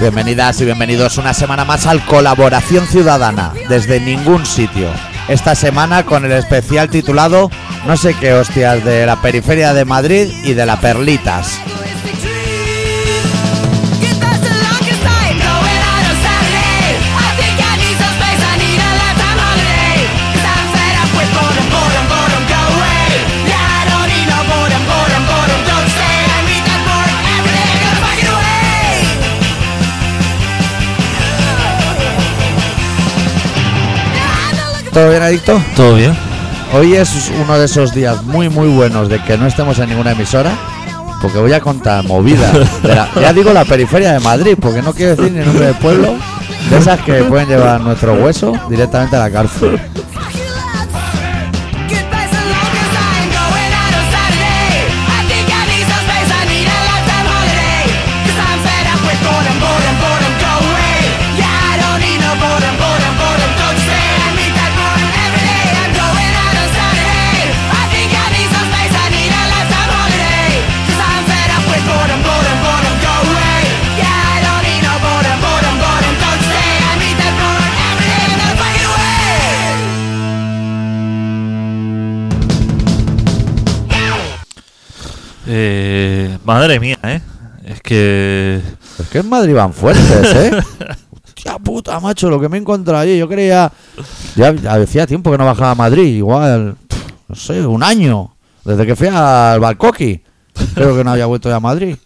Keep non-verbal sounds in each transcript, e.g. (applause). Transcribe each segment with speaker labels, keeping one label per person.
Speaker 1: Bienvenidas y bienvenidos una semana más al Colaboración Ciudadana, desde ningún sitio. Esta semana con el especial titulado No sé qué hostias de la periferia de Madrid y de la Perlitas. ¿Todo bien, Adicto?
Speaker 2: Todo bien.
Speaker 1: Hoy es uno de esos días muy, muy buenos de que no estemos en ninguna emisora. Porque voy a contar movidas. de la- ya digo la periferia de Madrid, porque no quiero decir ni nombre de pueblo. De esas que pueden llevar nuestro hueso directamente a la cárcel.
Speaker 3: Yeah!
Speaker 2: Eh, madre mía, ¿eh? Es que...
Speaker 1: Es que en Madrid van fuertes, ¿eh? Hostia puta, macho, lo que me he encontrado allí. Yo creía. Ya, ya hacía tiempo que no bajaba a Madrid. Igual, pf, no sé, un año. Desde que fui al Balcoqui. Creo que no había vuelto ya a Madrid.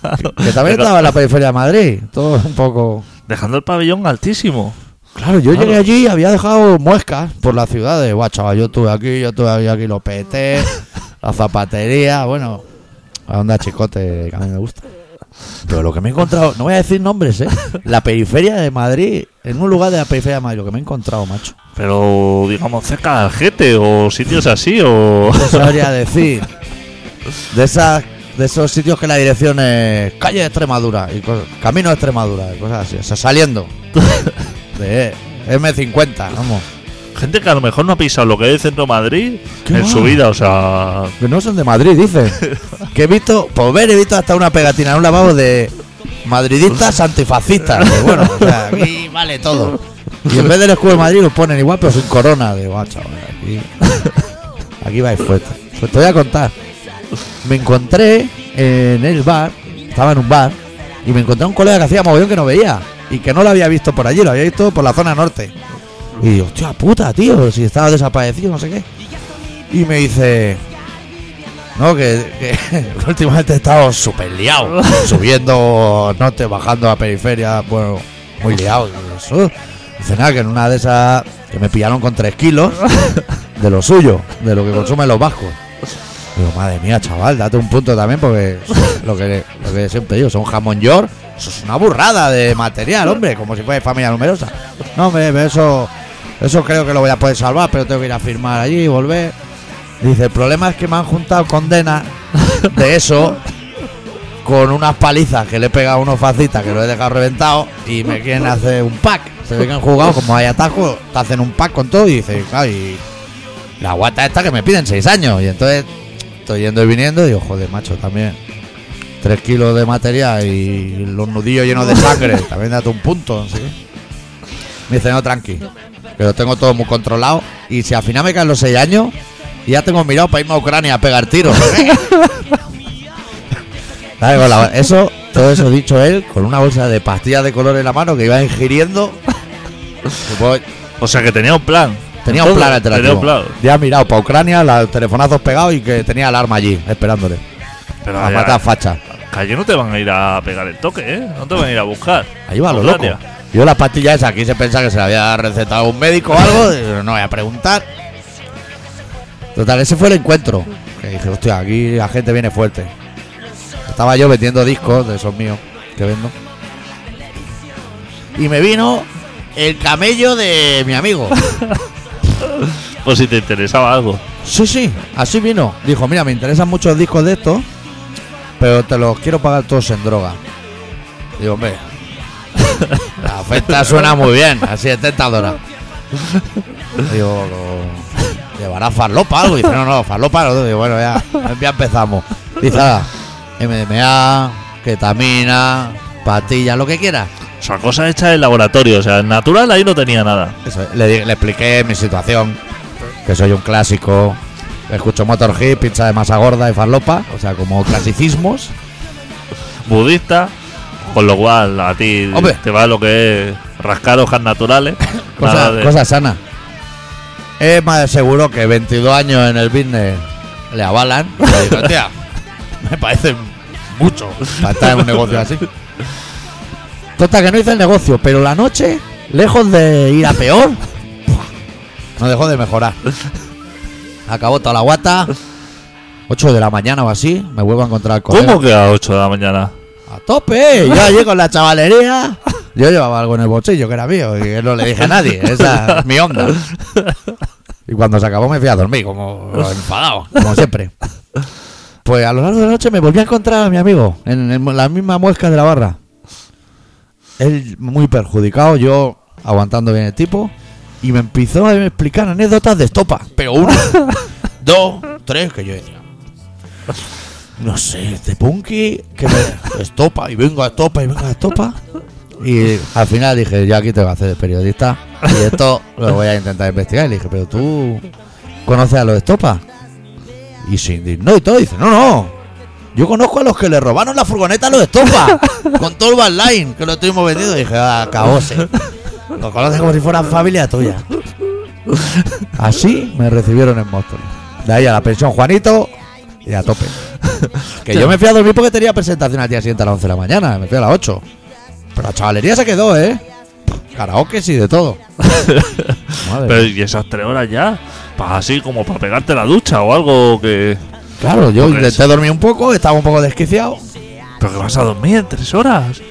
Speaker 2: claro,
Speaker 1: Que también
Speaker 2: deja-
Speaker 1: estaba en la periferia de Madrid. Todo un poco.
Speaker 2: Dejando el pabellón altísimo.
Speaker 1: Claro, yo
Speaker 2: Claro.
Speaker 1: llegué allí y había dejado muescas por las ciudades. Guau, chaval, yo estuve aquí, yo estuve ahí, aquí, los PT, la zapatería, bueno, la onda chicote que a mí me gusta. Pero lo que me he encontrado, no voy a decir nombres, ¿eh? La periferia de Madrid, en un lugar de la periferia de Madrid, lo que me he encontrado, macho.
Speaker 2: Pero, digamos, cerca de Algete o sitios así o... (laughs)
Speaker 1: No sabría decir. De esas, de esos sitios que la dirección es calle de Extremadura, y cosas- camino de Extremadura, y cosas así. O sea, saliendo de M50, vamos.
Speaker 2: Gente que a lo mejor no ha pisado lo que es el centro de Madrid
Speaker 1: ¿Qué
Speaker 2: en
Speaker 1: va?
Speaker 2: su vida, o sea...
Speaker 1: Que no son de Madrid, dicen. (laughs) que he visto, por ver, he visto hasta una pegatina en un lavabo de madridistas (laughs) antifascistas. Que bueno, o sea, aquí vale todo. Y en vez del escudo de Madrid lo ponen igual, pero sin corona. Digo, ah, chaval, aquí, aquí vais fuerte. Pues te voy a contar. Me encontré en el bar, estaba en un bar, y me encontré a un colega que hacía mogollón que no veía. Y que no lo había visto por allí, lo había visto por la zona norte. Y digo, hostia puta, tío, si estaba desaparecido, no sé qué. Y me dice, no, que, que (laughs) últimamente he estado súper liado. Subiendo norte, bajando a periferia, bueno, muy liado. Digo, "Eso". Dice nada, que en una de esas que me pillaron con tres kilos de lo suyo, de lo que consumen los vascos. Digo, madre mía, chaval, date un punto también porque lo que, lo que siempre digo, son jamón york, eso es una burrada de material, hombre, como si fuera familia numerosa. No, hombre, pero eso, eso creo que lo voy a poder salvar, pero tengo que ir a firmar allí y volver. Dice, el problema es que me han juntado condenas de eso con unas palizas que le he pegado a unos facitas que lo he dejado reventado y me quieren hacer un pack. Se ve que han jugado, como hay atajos, te hacen un pack con todo y dice, claro, y la guata esta que me piden seis años. Y entonces estoy yendo y viniendo y digo, joder, macho, también. Tres kilos de materia y los nudillos llenos de sangre. También date un punto, no sé qué. Me dice, no, tranqui. Que lo tengo todo muy controlado. Y si al final me caen los seis años, ya tengo mirado para irme a Ucrania a pegar
Speaker 2: (laughs)
Speaker 1: tiros. Dale con la- Eso, todo eso dicho él, con una bolsa de pastillas de color en la mano que iba ingiriendo. Supongo-
Speaker 2: O sea, que tenía un plan.
Speaker 1: Tenía un plan
Speaker 2: Tenía
Speaker 1: alternativo.
Speaker 2: un plan.
Speaker 1: Ya mirado para Ucrania, los telefonazos pegados y que tenía el arma allí, esperándole.
Speaker 2: Pero
Speaker 1: a
Speaker 2: allá-
Speaker 1: matar facha.
Speaker 2: que allí no te van a ir a pegar el toque, ¿eh? No te van a ir a buscar. Pues
Speaker 1: Ahí va lo loco.
Speaker 2: Ucrania.
Speaker 1: Yo la pastilla esa aquí se pensaba que se la había recetado un médico o algo, y no voy a preguntar. Total, ese fue el encuentro. Que dije, hostia, aquí la gente viene fuerte. Estaba yo vendiendo discos de esos míos que vendo. Y me vino el camello de mi amigo.
Speaker 2: Por si te interesaba algo.
Speaker 1: Sí, sí, así vino. Dijo, mira, me interesan muchos discos de estos, pero te los quiero pagar todos en droga. Digo, hombre, (laughs) la oferta suena muy bien, así es tentadora. Digo, lo- ¿llevará farlopa algo? Dice, no, no, farlopa no. Digo, bueno, ya, ya empezamos. Dice, "Ah, MDMA, ketamina, patillas, lo que quiera.
Speaker 2: O sea, cosa hecha en laboratorio. O sea, en natural ahí no tenía nada.
Speaker 1: Eso es. le, di- le expliqué mi situación, que soy un clásico, escucho Motorhead, pizza de masa gorda y farlopa, o sea, como clasicismos.
Speaker 2: Budista. Con lo cual, a ti
Speaker 1: Hombre.
Speaker 2: te va lo que es rascar hojas
Speaker 1: (laughs)
Speaker 2: naturales. nada
Speaker 1: Cosa,
Speaker 2: de-
Speaker 1: cosa sana. Es más de seguro que 22 años en el business le avalan. Le digo, "Hostia, me parece mucho para estar en un negocio así. Total, que no hice el negocio, pero la noche, lejos de ir a peor, (laughs) no dejó de mejorar. Acabó toda la guata. 8 de la mañana o así, me vuelvo a encontrar con
Speaker 2: ¿Cómo que a 8 de la mañana?
Speaker 1: a tope, yo allí con la chavalería. Yo llevaba algo en el bolsillo que era mío y no le dije a nadie. Esa es mi onda. Y cuando se acabó me fui a dormir, como enfadado, como siempre. Pues a lo largo de la noche me volví a encontrar a mi amigo en, en la misma muesca de la barra. Él muy perjudicado, yo aguantando bien el tipo. Y me empezó a explicar anécdotas de estopa. Pero una, dos, tres, que yo decía. No sé, de punky, que me estopa y venga estopa y venga estopa. Y al final dije, yo aquí te voy a hacer de periodista. Y esto lo voy a intentar investigar. Y le dije, pero tú conoces a los estopas. Y se indignó y todo. Dice, no, no. Yo conozco a los que le robaron la furgoneta a los estopas. Con todo el backline que lo estuvimos vendiendo. Y dije, ah, cabose. Lo conoces como si fueran familia tuya. Así me recibieron en Móstoles. De ahí a la pensión Juanito y a tope. Que yo me fui a dormir porque tenía presentación al día siguiente a las 11 de la mañana. Me fui a las 8. Pero la chavalería se quedó, ¿eh? Karaoke sí, de todo. Madre
Speaker 2: Pero
Speaker 1: mía.
Speaker 2: y esas 3 horas ya. Pa- así como para pegarte la ducha o algo que.
Speaker 1: claro, yo
Speaker 2: Hombre,
Speaker 1: intenté dormir un poco, estaba un poco desquiciado.
Speaker 2: ¿Pero que vas a dormir en 3 horas?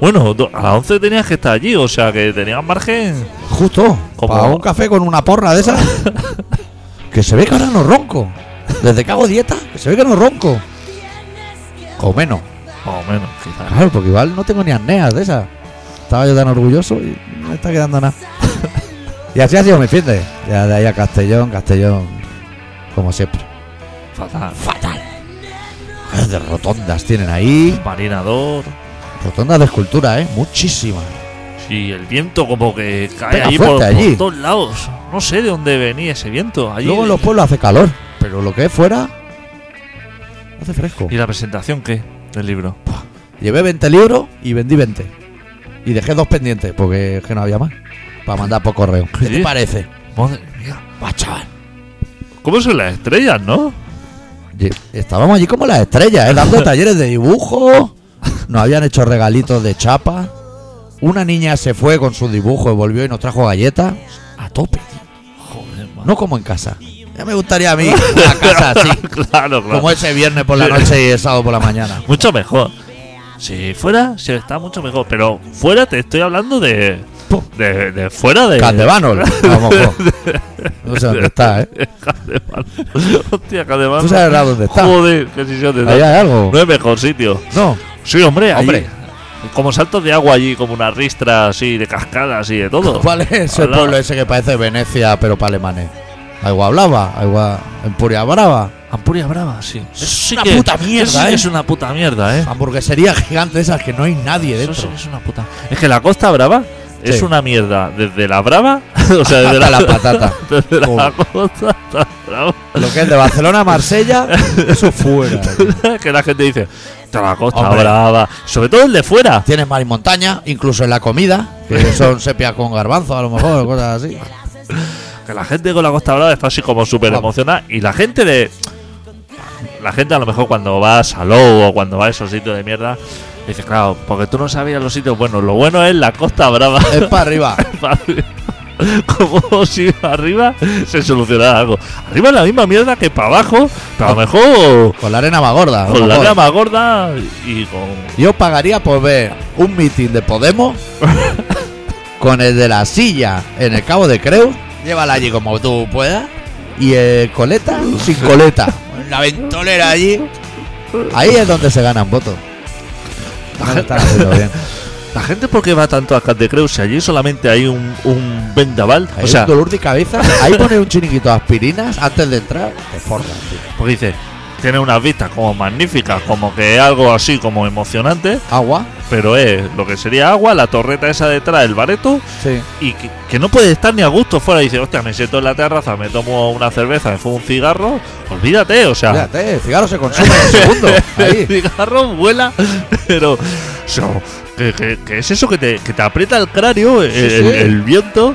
Speaker 2: Bueno, do- a las 11 tenías que estar allí, o sea que tenías margen.
Speaker 1: Justo,
Speaker 2: Como-
Speaker 1: para un café con una porra de esas. que se ve que ahora no ronco. Desde que hago dieta, que se ve que no ronco. O menos.
Speaker 2: Más o menos, quizás.
Speaker 1: Claro, porque igual no tengo ni apneas de esas. Estaba yo tan orgulloso y no me está quedando nada. (laughs) y así ha sido mi fin de. Ya de ahí a Castellón, Castellón, como siempre.
Speaker 2: Fatal.
Speaker 1: Fatal. De rotondas tienen ahí.
Speaker 2: Marinador.
Speaker 1: Rotondas de escultura, ¿eh? Muchísimas.
Speaker 2: Y el viento como que cae
Speaker 1: Pega
Speaker 2: ahí por,
Speaker 1: fuerte
Speaker 2: por
Speaker 1: allí.
Speaker 2: todos lados. No sé de dónde venía ese viento. Allí
Speaker 1: Luego en los pueblos hace calor, pero lo que es fuera. Hace fresco.
Speaker 2: ¿Y la presentación qué? Del libro.
Speaker 1: Llevé 20 libros y vendí 20. Y dejé dos pendientes porque es que no había más. Para mandar por correo. ¿Qué te
Speaker 2: Sí.
Speaker 1: parece?
Speaker 2: Madre mía.
Speaker 1: Va, chaval.
Speaker 2: ¿Cómo son las estrellas, no?
Speaker 1: Ye- Estábamos allí como las estrellas, ¿eh? (laughs) dando talleres de dibujo. Nos habían hecho regalitos de chapa. Una niña se fue con su dibujo y volvió y nos trajo galletas. A tope.
Speaker 2: Joder, Ah, madre.
Speaker 1: No como en casa. Ya me gustaría (laughs) a mí una casa así. (laughs)
Speaker 2: claro, claro.
Speaker 1: Como ese viernes por la noche y el sábado por la mañana.
Speaker 2: Mucho mejor. Si fuera, se está mucho mejor. Pero fuera te estoy hablando de.
Speaker 1: Pum.
Speaker 2: De, de fuera de. (laughs)
Speaker 1: Candevano, vamos. jo. No sé dónde está, ¿eh?
Speaker 2: Candevano. Hostia, Candevano.
Speaker 1: Tú sabes dónde está.
Speaker 2: Joder, qué decisión de
Speaker 1: Ahí hay algo.
Speaker 2: No es mejor sitio.
Speaker 1: No.
Speaker 2: Sí, hombre, allí.
Speaker 1: Hombre.
Speaker 2: Como saltos de agua allí, como una ristra así de cascadas y de todo.
Speaker 1: ¿Cuál es el
Speaker 2: Al lado.
Speaker 1: pueblo este? ese que parece Venecia, pero para alemanes? Algo hablaba, algo en Puria Brava.
Speaker 2: Ampuria Brava, sí. Eso sí
Speaker 1: una
Speaker 2: que-
Speaker 1: puta mierda,
Speaker 2: eso sí que
Speaker 1: ¿eh?
Speaker 2: Es una puta mierda, ¿eh?
Speaker 1: Hamburgueserías gigantes esas que no hay nadie
Speaker 2: Eso sí
Speaker 1: dentro.
Speaker 2: que es una puta. Es que la Costa Brava es
Speaker 1: Sí.
Speaker 2: una mierda. Desde la Brava, (laughs) o sea, desde
Speaker 1: Hasta
Speaker 2: la,
Speaker 1: la patata.
Speaker 2: desde la
Speaker 1: Joder.
Speaker 2: Costa hasta la Brava.
Speaker 1: Lo que es de Barcelona a
Speaker 2: (laughs)
Speaker 1: Marsella, eso fuera.
Speaker 2: que la (laughs) gente dice, "Hasta la Costa
Speaker 1: Hombre.
Speaker 2: Brava. Sobre todo el de fuera.
Speaker 1: Tienes mar y montaña, incluso en la comida, que
Speaker 2: (laughs)
Speaker 1: son sepia con garbanzo a lo mejor, cosas así.
Speaker 2: Que la gente con la Costa Brava está así como súper emocionada. Y la gente de. La gente a lo mejor cuando va a Salou o cuando va a esos sitios de mierda. Dice, claro, porque tú no sabías los sitios buenos. Lo bueno es la Costa Brava. (laughs)
Speaker 1: Es para arriba.
Speaker 2: Vale. Como si arriba se solucionara algo. Arriba es la misma mierda que para abajo, pero a lo mejor
Speaker 1: Con la arena más gorda. a lo
Speaker 2: con la
Speaker 1: mejor.
Speaker 2: cama gorda y con.
Speaker 1: Yo pagaría por ver un mitin de (laughs) Podemos con el de la silla en el cabo de Creu. Llévala allí como tú puedas. Y el coleta sin coleta. (laughs) La ventolera allí. Ahí es donde se ganan votos. No lo (laughs) están haciendo bien.
Speaker 2: La gente, ¿por qué va tanto a Cantecreu si allí solamente hay un, un vendaval?
Speaker 1: Ahí
Speaker 2: O sea,
Speaker 1: un dolor de cabeza. Ahí poner un chiniquito de aspirinas antes de entrar. Te forras, tío.
Speaker 2: porque dice, tiene unas vistas como magníficas, como que algo así como emocionante.
Speaker 1: Agua.
Speaker 2: pero es lo que sería agua, la torreta esa detrás, el bareto,
Speaker 1: Sí.
Speaker 2: y que, que no puede estar ni a gusto fuera. Dice, hostia, me siento en la terraza, me tomo una cerveza, me fumo un cigarro, olvídate, o sea.
Speaker 1: Fíjate, el cigarro se consume en (laughs) segundo.
Speaker 2: El
Speaker 1: Ahí.
Speaker 2: cigarro vuela, pero. so, que, que- que es eso que te, que te aprieta el cráneo, el, el-
Speaker 1: sí.
Speaker 2: el viento.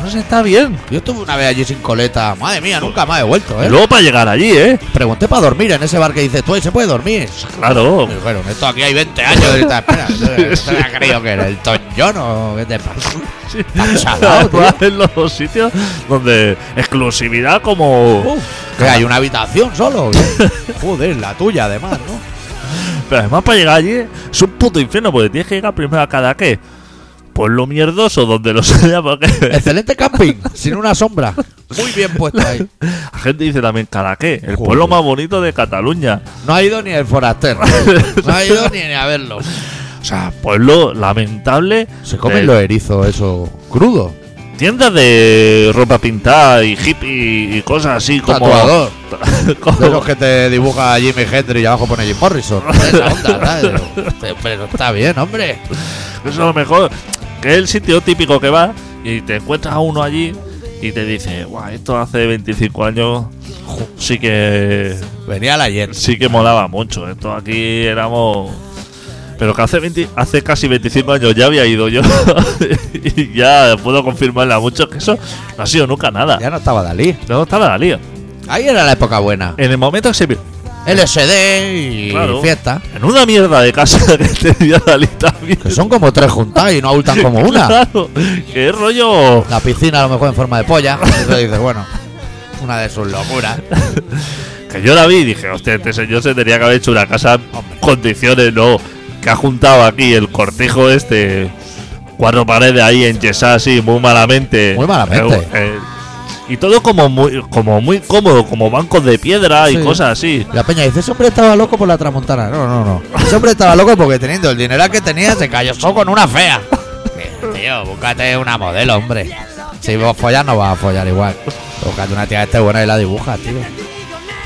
Speaker 2: No se está bien.
Speaker 1: Yo estuve una vez allí sin coleta. Madre mía, nunca más he vuelto,
Speaker 2: Y
Speaker 1: ¿eh?
Speaker 2: luego para llegar allí, ¿eh?
Speaker 1: Pregunté para dormir en ese bar que dices tú, ahí se puede dormir. Pues
Speaker 2: Claro.
Speaker 1: Me dijeron, esto aquí hay 20 años. Y tal, espera, ¿se me ha creído que era el Toñón o qué te pasa?
Speaker 2: Sí.
Speaker 1: Está
Speaker 2: (laughs)
Speaker 1: salado, tío.
Speaker 2: en los dos sitios donde exclusividad como.
Speaker 1: Que hay una habitación solo. Joder, la tuya además, ¿no?
Speaker 2: Pero además para llegar allí es un puto infierno porque tienes que llegar primero a cada qué. Pues lo mierdoso donde (laughs) los haya porque
Speaker 1: Excelente camping, sin una sombra. Muy bien puesto ahí.
Speaker 2: la gente dice también cada qué,
Speaker 1: Joder.
Speaker 2: el pueblo más bonito de Cataluña.
Speaker 1: No ha ido ni el foraster. No ha ido ni a verlo.
Speaker 2: O sea, pueblo lamentable.
Speaker 1: Se
Speaker 2: de-
Speaker 1: comen los erizos, eso, crudo.
Speaker 2: tiendas de ropa pintada y hippie y cosas así como
Speaker 1: Tatuador.
Speaker 2: como-
Speaker 1: De los (laughs) que te dibuja Jimmy Hendrix y abajo pone Jim Morrison. Esa onda, ¿verdad? Este, Pero está bien, hombre.
Speaker 2: (laughs) Eso es lo mejor. Que es el sitio típico que va y te encuentras a uno allí y te dice, guau, esto hace 25 años ju, sí que
Speaker 1: Venía la Jens.
Speaker 2: sí que molaba mucho. Esto aquí éramos. Pero que hace 20 hace casi 25 años ya había ido yo. (laughs) y ya puedo confirmarle a muchos que eso no ha sido nunca nada.
Speaker 1: Ya no estaba Dalí.
Speaker 2: No estaba la lía.
Speaker 1: Ahí era la época buena.
Speaker 2: En el momento que se vio.
Speaker 1: LSD y
Speaker 2: Claro.
Speaker 1: fiesta.
Speaker 2: En una mierda de casa (laughs) que tenía Dalí también.
Speaker 1: Que son como tres juntas y no adultan como una.
Speaker 2: (laughs) Claro, que es rollo.
Speaker 1: La piscina a lo mejor en forma de polla. Entonces dices, bueno, una de sus locuras.
Speaker 2: Que yo la vi y dije, hostia, este señor se tenía que haber hecho una casa en
Speaker 1: Hombre.
Speaker 2: condiciones, no. Que ha juntado aquí el cortijo este, cuatro paredes ahí enyesadas así, muy malamente.
Speaker 1: Muy malamente.
Speaker 2: Eh, eh, y todo como muy, como muy cómodo, como bancos de piedra y
Speaker 1: Sí.
Speaker 2: cosas así.
Speaker 1: La peña dice, ese hombre estaba loco por la tramontana. No, no, no. Ese hombre estaba loco porque teniendo el dinero que tenía se cayó con una fea. Tío, búscate una modelo, hombre. Si vos follas no vas a follar igual. Búscate una tía que esté buena y la dibuja, tío.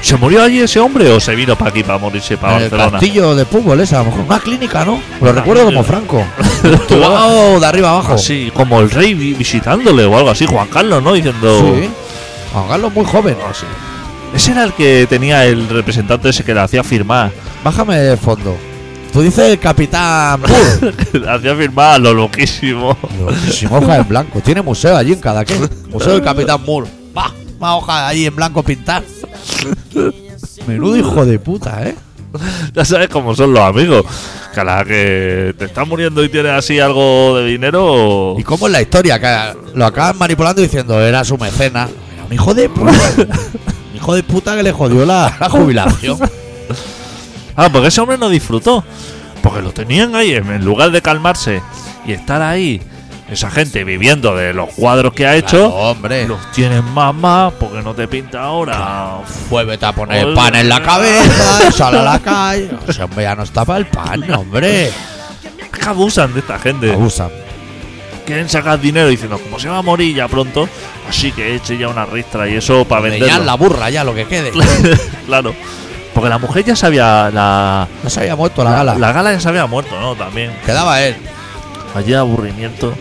Speaker 2: ¿Se murió allí ese hombre o se vino para aquí, para morirse, para
Speaker 1: En el
Speaker 2: Barcelona?
Speaker 1: castillo de fútbol esa, a lo mejor una clínica, ¿no? Lo
Speaker 2: Una
Speaker 1: recuerdo como
Speaker 2: clínica.
Speaker 1: Franco.
Speaker 2: (laughs)
Speaker 1: Tubado oh, de arriba abajo.
Speaker 2: Así, como el rey vi- visitándole o algo así, Juan Carlos, ¿no? Diciendo.
Speaker 1: Sí. Juan Carlos muy joven.
Speaker 2: así. Ah, Ese era el que tenía el representante ese que le hacía firmar. (laughs)
Speaker 1: Bájame de fondo. Tú dices el capitán
Speaker 2: (laughs)
Speaker 1: Bull.
Speaker 2: Hacía firmar a lo loquísimo. (laughs)
Speaker 1: Sin hoja en blanco. Tiene museo allí en cada que. Museo del Capitán Moore. Va, más hoja allí en blanco pintar. Menudo hijo de puta, ¿eh?
Speaker 2: Ya sabes cómo son los amigos. Que a la que te estás muriendo y tienes así algo de dinero.
Speaker 1: Y cómo es la historia, que lo acaban manipulando diciendo era su mecena. Era un hijo de puta. Un hijo de puta que le jodió la, la jubilación.
Speaker 2: Ah, porque ese hombre no disfrutó. Porque lo tenían ahí, en en lugar de calmarse y estar ahí, esa gente viviendo de los cuadros que ha
Speaker 1: Claro,
Speaker 2: hecho,
Speaker 1: hombre,
Speaker 2: los tienes más más porque no te pinta ahora. Uf,
Speaker 1: vuélvete a poner
Speaker 2: Hola.
Speaker 1: pan en la cabeza,
Speaker 2: (laughs)
Speaker 1: y sal a la calle. Ese hombre ya no está para el pan, hombre.
Speaker 2: es que abusan de esta gente.
Speaker 1: Abusan.
Speaker 2: Quieren sacar dinero diciendo, como se va a morir ya pronto, así que eche ya una ristra y eso para
Speaker 1: Donde Ya
Speaker 2: venderlo. (laughs)
Speaker 1: la burra, ya lo que quede.
Speaker 2: claro. Porque la mujer ya sabía la,
Speaker 1: No se había muerto la gala.
Speaker 2: La gala ya se había muerto, ¿no? También.
Speaker 1: Quedaba él.
Speaker 2: Allí aburrimiento.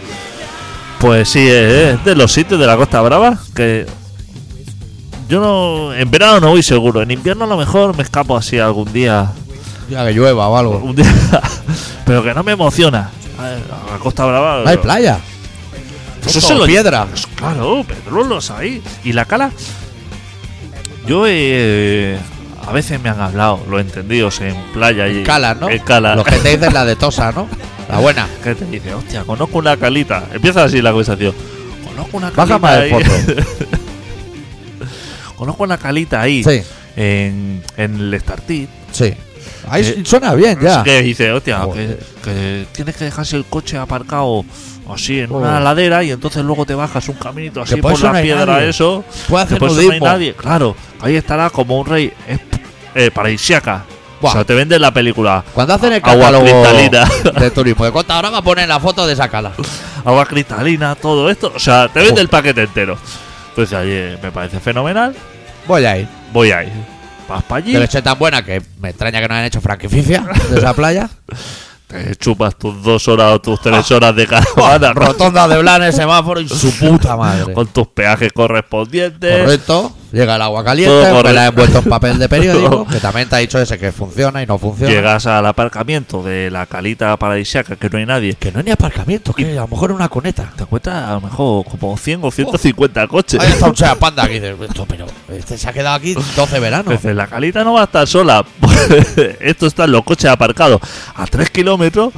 Speaker 2: Pues sí, es es de los sitios de la Costa Brava que. Yo no. En verano no voy seguro. En invierno a lo mejor me escapo así algún día.
Speaker 1: Ya que llueva o algo.
Speaker 2: Un día. (laughs) Pero que no me emociona. A ver, La Costa Brava.
Speaker 1: No hay playa.
Speaker 2: Eso
Speaker 1: Todo
Speaker 2: se lo-
Speaker 1: piedra.
Speaker 2: Pues claro, pedrolos ahí. Y la cala. Yo eh, a veces me han hablado, los entendidos, en playa y.
Speaker 1: Calas, ¿no?
Speaker 2: En cala.
Speaker 1: Los que te dicen la de Tosa, ¿no? La buena.
Speaker 2: (laughs) que te dice, hostia, conozco una calita. Empieza así la conversación. Conozco una calita.
Speaker 1: Baja más el
Speaker 2: ahí.
Speaker 1: foto.
Speaker 2: (laughs) conozco una calita ahí.
Speaker 1: Sí,
Speaker 2: En, en el Startit.
Speaker 1: sí. Ahí
Speaker 2: Eh,
Speaker 1: suena bien ya.
Speaker 2: Que dice, hostia, que,
Speaker 1: Ah. Joder.
Speaker 2: que tienes que dejarse el coche aparcado así en una
Speaker 1: Joder.
Speaker 2: ladera y entonces luego te bajas un caminito así
Speaker 1: Oh. Que por
Speaker 2: por
Speaker 1: eso no
Speaker 2: la
Speaker 1: hay
Speaker 2: piedra,
Speaker 1: nadie.
Speaker 2: eso.
Speaker 1: Puede
Speaker 2: Que
Speaker 1: hacer
Speaker 2: por eso no hay
Speaker 1: nudismo.
Speaker 2: nadie. Claro, ahí estará como un rey es, eh, paradisiaca.
Speaker 1: Buah.
Speaker 2: O sea, te venden la película.
Speaker 1: Cuando hacen el
Speaker 2: Agua
Speaker 1: catálogo
Speaker 2: cristalina. (laughs)
Speaker 1: de turismo de Costa Brava ponen la foto de esa cala.
Speaker 2: agua cristalina, todo esto. O sea, te vende
Speaker 1: Joder.
Speaker 2: el paquete entero. Entonces, oye, me parece fenomenal.
Speaker 1: Voy a ir.
Speaker 2: Voy ahí. Vas para allí.
Speaker 1: Debe ser tan buena que me extraña que no hayan hecho franquicia de esa playa.
Speaker 2: Te chupas tus dos horas o tus tres horas de caravana ro-
Speaker 1: (laughs) Rotonda de Blanes, semáforo y su puta madre.
Speaker 2: (laughs) con tus peajes correspondientes.
Speaker 1: Correcto. Llega el agua
Speaker 2: Todo
Speaker 1: caliente, me
Speaker 2: correcto.
Speaker 1: la he envuelto en papel de
Speaker 2: (laughs)
Speaker 1: periódico, que también te ha dicho ese que funciona y no funciona.
Speaker 2: Llegas al aparcamiento de la calita paradisiaca que no hay nadie.
Speaker 1: Que no hay ni aparcamiento, que a lo mejor una cuneta.
Speaker 2: Te cuentas a lo mejor como 100 o 150 coches.
Speaker 1: Ahí está un Seat Panda aquí. dices, "Esto, pero este se ha quedado aquí 12 veranos.
Speaker 2: Dices, la calita no va a estar sola. (laughs) Esto están los coches aparcados a 3 kilómetros.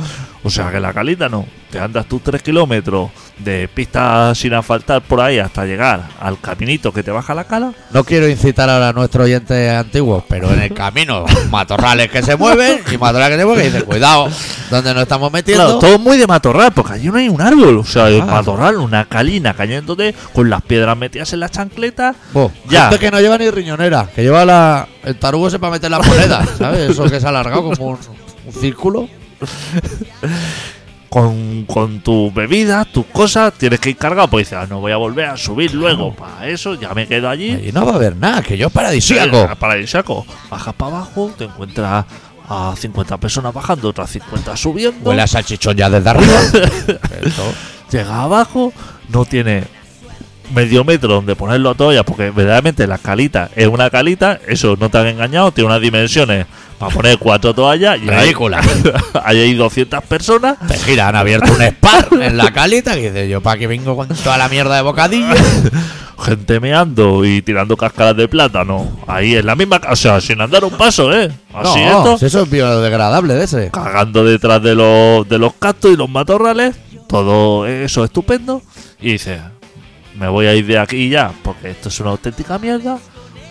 Speaker 2: O sea que la calita no. Te andas tus 3 kilómetros de pista sin asfaltar por ahí hasta llegar al caminito que te baja la cala.
Speaker 1: No quiero incitar ahora a nuestros oyentes antiguos, pero en el camino, matorrales que se mueven y matorrales que se mueven, y dices, cuidado, donde nos estamos
Speaker 2: Claro,
Speaker 1: metiendo.
Speaker 2: todo muy de matorral, porque allí no hay un árbol. O sea, el
Speaker 1: Ah.
Speaker 2: matorral, una calina cayéndote con las piedras metidas en la chancleta.
Speaker 1: Bo,
Speaker 2: Ya.
Speaker 1: Gente que no lleva ni riñonera, que lleva la, el tarugo ese para meter las
Speaker 2: (laughs)
Speaker 1: monedas, ¿sabes? Eso que se ha alargado como un, un círculo.
Speaker 2: con, con tus bebidas, tus cosas, tienes que ir cargado. Pues dices, "Ah, no voy a volver a subir luego para eso, ya me quedo allí.
Speaker 1: Y no va a haber nada, que yo es paradisíaco.
Speaker 2: Para Paradisíaco. Bajas para abajo, te encuentras a 50 personas bajando, otras 50 subiendo.
Speaker 1: Huele a salchichón ya desde arriba. Esto.
Speaker 2: Llegas abajo, no tiene medio metro donde ponerlo todo ya, porque verdaderamente la calita es una calita, eso no te han engañado, tiene unas dimensiones para poner cuatro toallas y ahí-
Speaker 1: Ridícula.
Speaker 2: (laughs) ahí hay 200 personas.
Speaker 1: Te gira, han abierto un spa en la calita que dice yo, ¿para qué vengo con toda la mierda de bocadillo?
Speaker 2: gente meando y tirando cáscaras de plátano. Ahí en la misma ca- o sea, sin andar un paso, ¿eh? Así
Speaker 1: no, si
Speaker 2: esto,
Speaker 1: eso es biodegradable de ese.
Speaker 2: cagando detrás de los, de los cactus y los matorrales, todo eso estupendo. Y dices, me voy a ir de aquí ya, porque esto es una auténtica mierda.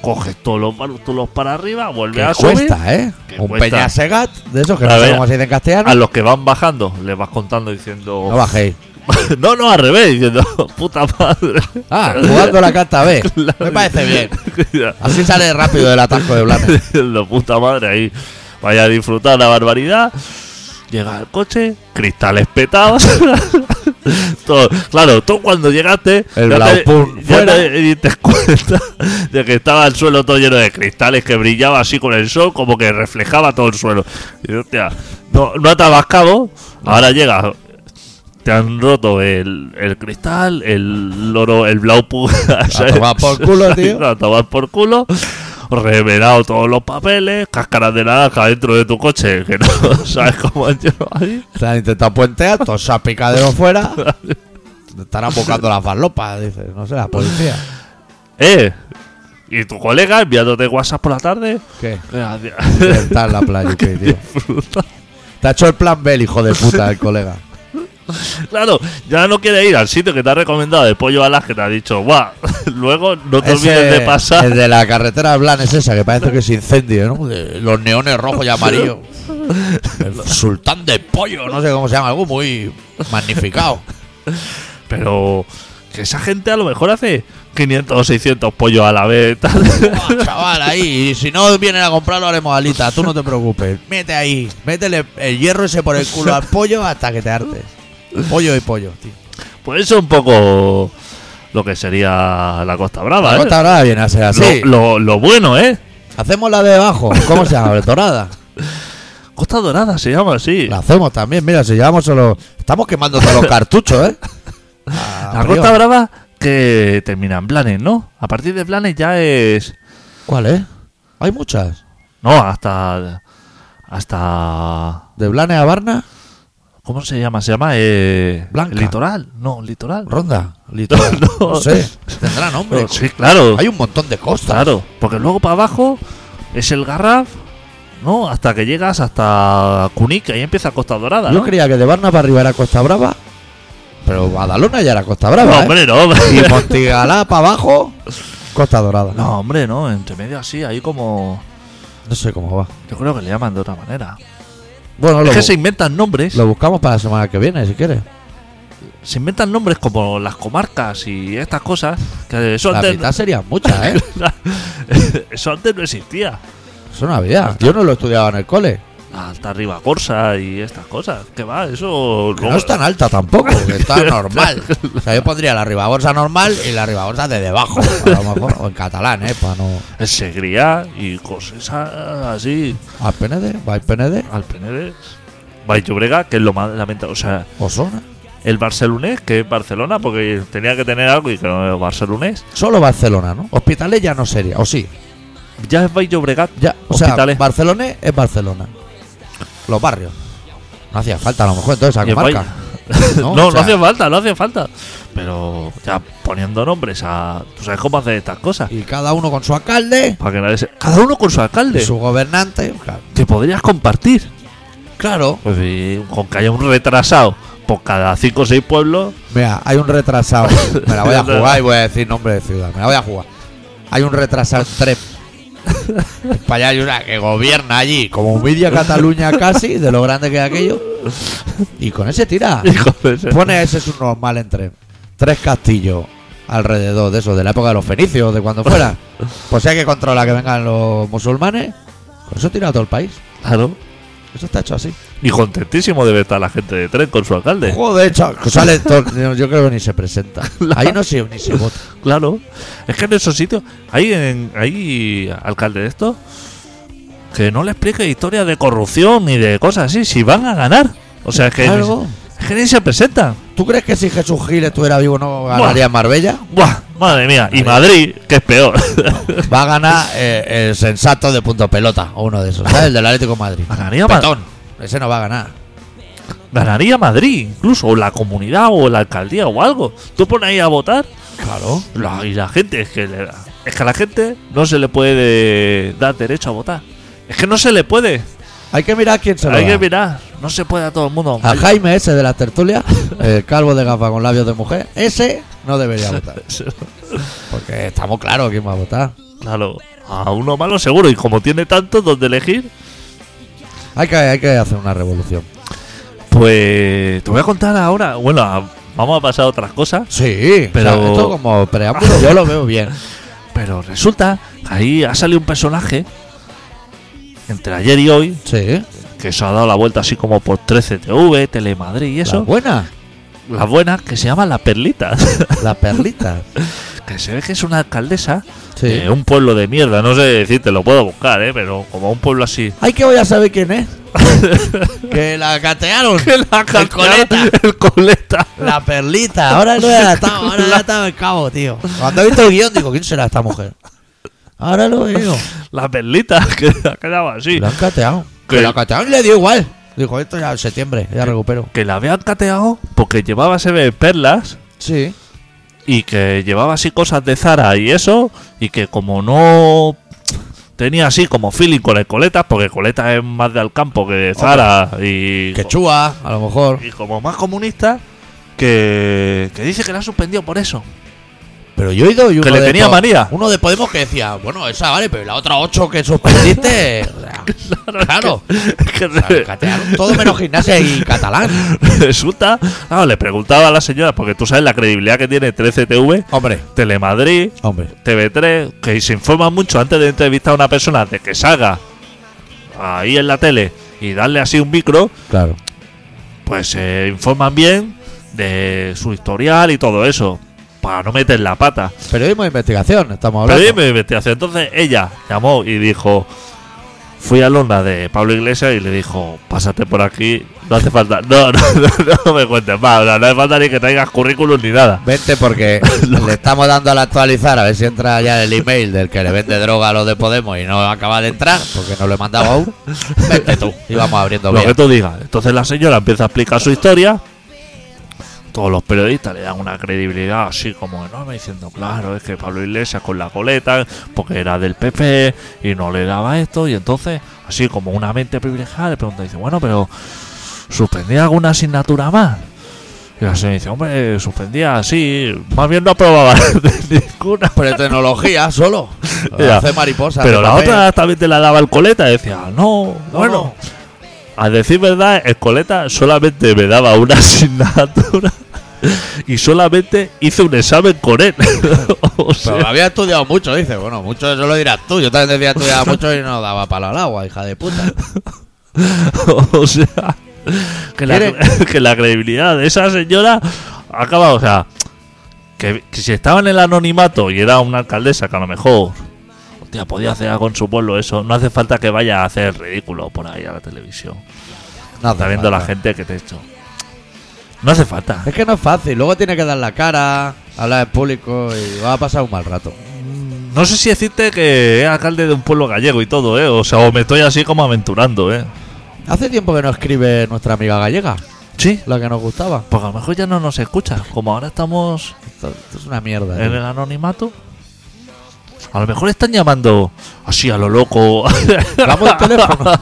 Speaker 2: Coges todos los barutulos para arriba, vuelves
Speaker 1: Que
Speaker 2: a subir.
Speaker 1: cuesta, ¿eh?
Speaker 2: Que
Speaker 1: Un
Speaker 2: cuesta.
Speaker 1: peñasegat de esos que
Speaker 2: A
Speaker 1: no sé
Speaker 2: ver,
Speaker 1: cómo se dice en castellano.
Speaker 2: A los que van bajando, les vas contando diciendo.
Speaker 1: No bajéis.
Speaker 2: (laughs) no, no, al revés, diciendo, (laughs) puta madre.
Speaker 1: Ah, jugando la carta
Speaker 2: (laughs)
Speaker 1: B. Me parece bien. Así sale rápido del atasco de Blanes.
Speaker 2: (laughs) la puta madre ahí. Vaya a disfrutar la barbaridad. Llega el coche, cristales petados. (laughs) Todo- claro, tú cuando llegaste,
Speaker 1: El
Speaker 2: ya, te,
Speaker 1: Blaupun
Speaker 2: ya
Speaker 1: fuera.
Speaker 2: te (laughs) diste cuenta de que estaba el suelo todo lleno de cristales que brillaba así con el sol, como que reflejaba todo el suelo. Y hostia, no, no atabas cabo, ahora llega. Te han roto el, el cristal, el loro, el (laughs) Blaupun.
Speaker 1: A tomar por
Speaker 2: (laughs)
Speaker 1: culo, tío.
Speaker 2: A tomar por culo. Revelado todos los papeles, cáscaras de naranja dentro de tu coche, que no (laughs) sabes cómo han llegado ahí.
Speaker 1: Se han intentado puentear, todos se han picadero fuera. Estarán buscando las farlopas, dice, no sé, la policía.
Speaker 2: ¿Eh? Y tu colega enviándote WhatsApp por la tarde.
Speaker 1: ¿Qué?
Speaker 2: Eh, adi-
Speaker 1: Está en la playa, ¿qué, tío. Te ha hecho el plan B, el hijo de puta, el
Speaker 2: (laughs)
Speaker 1: colega.
Speaker 2: (laughs) Claro, ya no quiere ir al sitio que te ha recomendado de pollo alas que te ha dicho, guau, (laughs) luego no te olvides
Speaker 1: Ese-
Speaker 2: de pasar.
Speaker 1: El de la carretera de Blanes esa, que parece que se incendia, ¿no? De los neones rojos y amarillos.
Speaker 2: (laughs)
Speaker 1: El sultán de pollo, no sé cómo se llama, algo muy magnificado.
Speaker 2: Pero que esa gente a lo mejor hace 500 o 600 pollos a la vez. tal. (laughs)
Speaker 1: Buah, Ah, chaval, ahí. Y si no vienen a comprarlo, haremos alita. Tú no te preocupes. Mete ahí. Métele el hierro ese por el culo al pollo hasta que te hartes. Pollo y pollo, tío.
Speaker 2: Pues eso un poco lo que sería la Costa Brava,
Speaker 1: La
Speaker 2: ¿eh?
Speaker 1: Costa Brava viene a ser así.
Speaker 2: Lo, lo- lo bueno, ¿eh?
Speaker 1: Hacemos la de abajo. ¿Cómo se llama? Dorada.
Speaker 2: Costa Dorada se llama así.
Speaker 1: La hacemos también. Mira, si llevamos solo. Estamos quemando todos los cartuchos, ¿eh? Ah,
Speaker 2: La
Speaker 1: Prior.
Speaker 2: Costa Brava que termina en Blanes, ¿no? A partir de Blanes ya es...
Speaker 1: ¿Cuál es? Hay muchas.
Speaker 2: No, hasta... Hasta...
Speaker 1: De Blanes a Barna,
Speaker 2: ¿Cómo se llama? Se llama... Eh,
Speaker 1: Blanca.
Speaker 2: Litoral. No, litoral.
Speaker 1: Ronda, Litoral.
Speaker 2: (laughs) No.
Speaker 1: No sé. Tendrá nombre.
Speaker 2: No, sí, claro.
Speaker 1: Hay un montón de costas.
Speaker 2: Claro. Porque luego para abajo es el Garraf, ¿no? Hasta que llegas hasta Cunica y empieza Costa Dorada,
Speaker 1: Yo
Speaker 2: ¿no?
Speaker 1: creía que de Barna para arriba era Costa Brava, pero Badalona ya era Costa Brava.
Speaker 2: no,
Speaker 1: ¿eh?
Speaker 2: hombre, no.
Speaker 1: Y Montigalá para abajo, Costa Dorada.
Speaker 2: No, hombre, no. Entre medio así, ahí como...
Speaker 1: no sé cómo va.
Speaker 2: Yo creo que le llaman de otra manera.
Speaker 1: Bueno, lo,
Speaker 2: es que
Speaker 1: bu-
Speaker 2: se inventan nombres.
Speaker 1: lo buscamos para la semana que viene, si quieres.
Speaker 2: Se inventan nombres como las comarcas y estas cosas. Que eso
Speaker 1: La
Speaker 2: antes,
Speaker 1: mitad serían muchas,
Speaker 2: (laughs)
Speaker 1: ¿eh?
Speaker 2: eso antes no existía.
Speaker 1: Eso no había. Yo no lo estudiaba en el cole.
Speaker 2: Hasta arriba Corsa y estas cosas. Que va, eso.
Speaker 1: Que
Speaker 2: luego-
Speaker 1: no es tan alta tampoco, que
Speaker 2: (laughs)
Speaker 1: está normal. O sea, yo pondría la ribaborsa normal y la ribaborsa de debajo, a lo mejor. O en catalán, ¿eh? Para no...
Speaker 2: el Segría y cosas así.
Speaker 1: ¿Al PND? ¿Va al PND?
Speaker 2: Al PND. Vallebrega, que es lo más lamentable. O sea,
Speaker 1: Osona.
Speaker 2: el barcelonés, que es Barcelona, porque tenía que tener algo y que no es barcelonés.
Speaker 1: Solo Barcelona, ¿no? Hospitales ya no sería, o sí.
Speaker 2: Ya es Vallebrega,
Speaker 1: Ya, o
Speaker 2: Hospitalet.
Speaker 1: sea, Barcelona es Barcelona. Los barrios. No hacía falta a lo mejor entonces esa
Speaker 2: Y en
Speaker 1: comarca.
Speaker 2: Valle- (laughs)
Speaker 1: (laughs) No,
Speaker 2: No, no,
Speaker 1: o sea-
Speaker 2: hace falta, no hace falta. Pero ya poniendo nombres a. ¿Tú sabes cómo hacer estas cosas?
Speaker 1: Y cada uno con su alcalde,
Speaker 2: Para que nadie se- Cada uno con su alcalde.
Speaker 1: su gobernante. Claro.
Speaker 2: Que podrías compartir.
Speaker 1: claro.
Speaker 2: Pues y con que haya un retrasado por cada cinco o seis pueblos. (laughs)
Speaker 1: Mira, hay un retrasado. Me la voy a jugar y voy a decir nombre de ciudad. Me la voy a jugar. Hay un retrasado en Trep. En España hay una que gobierna allí, como media Cataluña casi, de lo grande que es aquello. Y con ese
Speaker 2: (laughs)
Speaker 1: tira.
Speaker 2: hijo de ese-
Speaker 1: Pone ese subnormal en Trep. Tres castillos alrededor de eso, de la época de los fenicios, de cuando
Speaker 2: (laughs)
Speaker 1: fuera. Pues si hay que controlar que vengan los musulmanes, con eso tira todo el país.
Speaker 2: Claro.
Speaker 1: Eso está hecho así.
Speaker 2: Y contentísimo debe estar la gente de tren con su alcalde.
Speaker 1: Joder,
Speaker 2: (laughs)
Speaker 1: chaval, sale todo- Yo creo que ni se presenta. Ahí no se, ni
Speaker 2: (laughs)
Speaker 1: se vota.
Speaker 2: Claro. Es que en esos sitios hay, en, hay alcaldes de estos que no le explique historias de corrupción ni de cosas así. Si van a ganar. O sea, es que,
Speaker 1: Claro.
Speaker 2: es que ni se presentan.
Speaker 1: ¿Tú crees que si Jesús Gil estuviera vivo no ganaría en Marbella?
Speaker 2: Buah, madre mía. Y Madrid, que es peor. (laughs)
Speaker 1: Va a ganar eh, el sensato de punto pelota o uno de esos, ¿sabes? El del Atlético de
Speaker 2: (laughs)
Speaker 1: Madrid.
Speaker 2: Ganaría Ma-
Speaker 1: Petón. Ese no va a ganar.
Speaker 2: Ganaría Madrid, incluso, o la comunidad, o la alcaldía, o algo. Tú pones ahí a votar
Speaker 1: Claro.
Speaker 2: la- y la gente, es que, le- es que a la gente no se le puede dar derecho a votar. Es que no se le puede.
Speaker 1: Hay que mirar quién se lo
Speaker 2: Hay
Speaker 1: da. Ah.
Speaker 2: que mirar, no se puede a todo el mundo.
Speaker 1: A Jaime ese de las
Speaker 2: (laughs)
Speaker 1: tertulias, el calvo de gafa con labios de mujer, ese no debería
Speaker 2: (laughs)
Speaker 1: votar. Porque estamos claros quién va a votar.
Speaker 2: Claro, a uno malo seguro, y como tiene tanto donde elegir,
Speaker 1: Hay que, hay que hacer una revolución.
Speaker 2: pues te voy a contar ahora. Bueno, a- vamos a pasar a otras cosas,
Speaker 1: Sí,
Speaker 2: Pero-
Speaker 1: pero esto como preámbulo
Speaker 2: (laughs)
Speaker 1: yo lo veo bien.
Speaker 2: pero resulta que ahí ha salido un personaje entre ayer y hoy
Speaker 1: Sí,
Speaker 2: que se ha dado la vuelta así como por 13TV, Telemadrid y
Speaker 1: eso.
Speaker 2: eso.
Speaker 1: buena,
Speaker 2: las buenas que se llama La Perlita. (laughs)
Speaker 1: las perlitas.
Speaker 2: que se ve que es una alcaldesa (laughs)
Speaker 1: Sí.
Speaker 2: de Eh, un pueblo de mierda. No sé decirte, lo puedo buscar, ¿eh? pero como un pueblo así.
Speaker 1: Ay, que voy a saber quién
Speaker 2: (laughs)
Speaker 1: es. que la catearon.
Speaker 2: Que la
Speaker 1: El coleta.
Speaker 2: (laughs) El coleta.
Speaker 1: La perlita. Ahora lo he atado,
Speaker 2: (laughs)
Speaker 1: ahora lo he atado el cabo, tío. Cuando he visto el guión digo, ¿quién será esta mujer? Ahora lo veo.
Speaker 2: La perlita (laughs) que ha quedado así.
Speaker 1: Lo han cateado.
Speaker 2: ¿Qué?
Speaker 1: Que la catearon y le dio igual. Dijo, esto ya en septiembre, ya recupero.
Speaker 2: Que la habían cateado porque llevaba se ve perlas
Speaker 1: Sí.
Speaker 2: y que llevaba así cosas de Zara y eso. Y que como no tenía así como feeling con el coleta, porque coleta es más del campo que de Zara y.
Speaker 1: Quechua, a lo mejor.
Speaker 2: y como más comunista, que, que dice que la ha suspendido por eso. (laughs)
Speaker 1: Pero yo he oído. y
Speaker 2: Que
Speaker 1: uno
Speaker 2: le
Speaker 1: de
Speaker 2: tenía
Speaker 1: Po-
Speaker 2: manía.
Speaker 1: Uno de Podemos que decía, bueno, esa vale, pero la otra ocho que
Speaker 2: (laughs)
Speaker 1: sorprendiste. o sea, claro.
Speaker 2: Que
Speaker 1: O sea, catearon todo menos gimnasia y catalán.
Speaker 2: (laughs) resulta. Claro, le preguntaba a la señora, porque tú sabes la credibilidad que tiene 13TV,
Speaker 1: Hombre,
Speaker 2: Telemadrid,
Speaker 1: hombre.
Speaker 2: TV3, que se informa mucho antes de entrevistar a una persona de que salga ahí en la tele y darle así un micro,
Speaker 1: Claro.
Speaker 2: pues se informan bien de su historial y todo eso, para no meter la pata.
Speaker 1: Periodismo de investigación, estamos
Speaker 2: Pero
Speaker 1: hablando.
Speaker 2: dime investigación. Entonces ella llamó y dijo: Fui alumna de Pablo Iglesias y le dijo: Pásate por aquí, no hace falta. No, (laughs) no, no, no me cuentes más. o sea, no hace falta ni que traigas currículum ni nada.
Speaker 1: Vente
Speaker 2: (laughs)
Speaker 1: porque le estamos dando al actualizar a ver si entra ya el email del que le vende droga a los de Podemos y no acaba de entrar porque no lo he mandado
Speaker 2: (laughs)
Speaker 1: aún. Vente tú y vamos abriendo
Speaker 2: Lo que
Speaker 1: bien.
Speaker 2: tú digas. Entonces la señora empieza a explicar su historia. Todos los periodistas le dan una credibilidad así como enorme, diciendo, claro, es que Pablo Iglesias con la coleta, porque era del PP y no le daba esto. Y entonces, así como una mente privilegiada, le pregunta, dice, bueno, pero ¿suspendía alguna asignatura más? Y la señora dice, hombre, suspendía así, más bien no aprobaba (laughs) ninguna.
Speaker 1: Pero tecnología
Speaker 2: (laughs)
Speaker 1: solo.
Speaker 2: Ya.
Speaker 1: Hace mariposa.
Speaker 2: Pero
Speaker 1: de
Speaker 2: la
Speaker 1: papel.
Speaker 2: otra también te la daba el coleta, decía, "Ah, no,
Speaker 1: No,
Speaker 2: bueno.
Speaker 1: no.
Speaker 2: A decir verdad, el coleta solamente me daba una (laughs) asignatura y solamente hice un examen con él. (laughs) o sea,
Speaker 1: Pero había estudiado mucho, dice. Bueno, mucho eso lo dirás tú. Yo también decía estudiaba mucho y no daba palo al agua, hija de puta.
Speaker 2: (laughs) o sea, que la,
Speaker 1: ¿Quiere?
Speaker 2: (laughs) que la credibilidad de esa señora acaba, o sea, que, que si estaba en el anonimato y era una alcaldesa que a lo mejor hostia, podía hacer algo en su pueblo, eso (laughs) no hace falta que vaya a hacer ridículo por ahí a la televisión.
Speaker 1: No hace
Speaker 2: está viendo la
Speaker 1: falta.
Speaker 2: gente que te he hecho. No hace falta.
Speaker 1: Es que no es fácil, luego tiene que dar la cara, hablar en público y va a pasar un mal rato.
Speaker 2: No sé si decirte que es alcalde de un pueblo gallego y todo, ¿eh? O sea, o me estoy así como aventurando, ¿eh?
Speaker 1: Hace tiempo que no escribe nuestra amiga gallega,
Speaker 2: Sí.
Speaker 1: la que nos gustaba.
Speaker 2: Porque a lo mejor ya no nos escucha. Como ahora estamos
Speaker 1: Esto, esto es una mierda.
Speaker 2: en
Speaker 1: tío.
Speaker 2: el anonimato. A lo mejor están llamando así a lo loco.
Speaker 1: Damos el teléfono.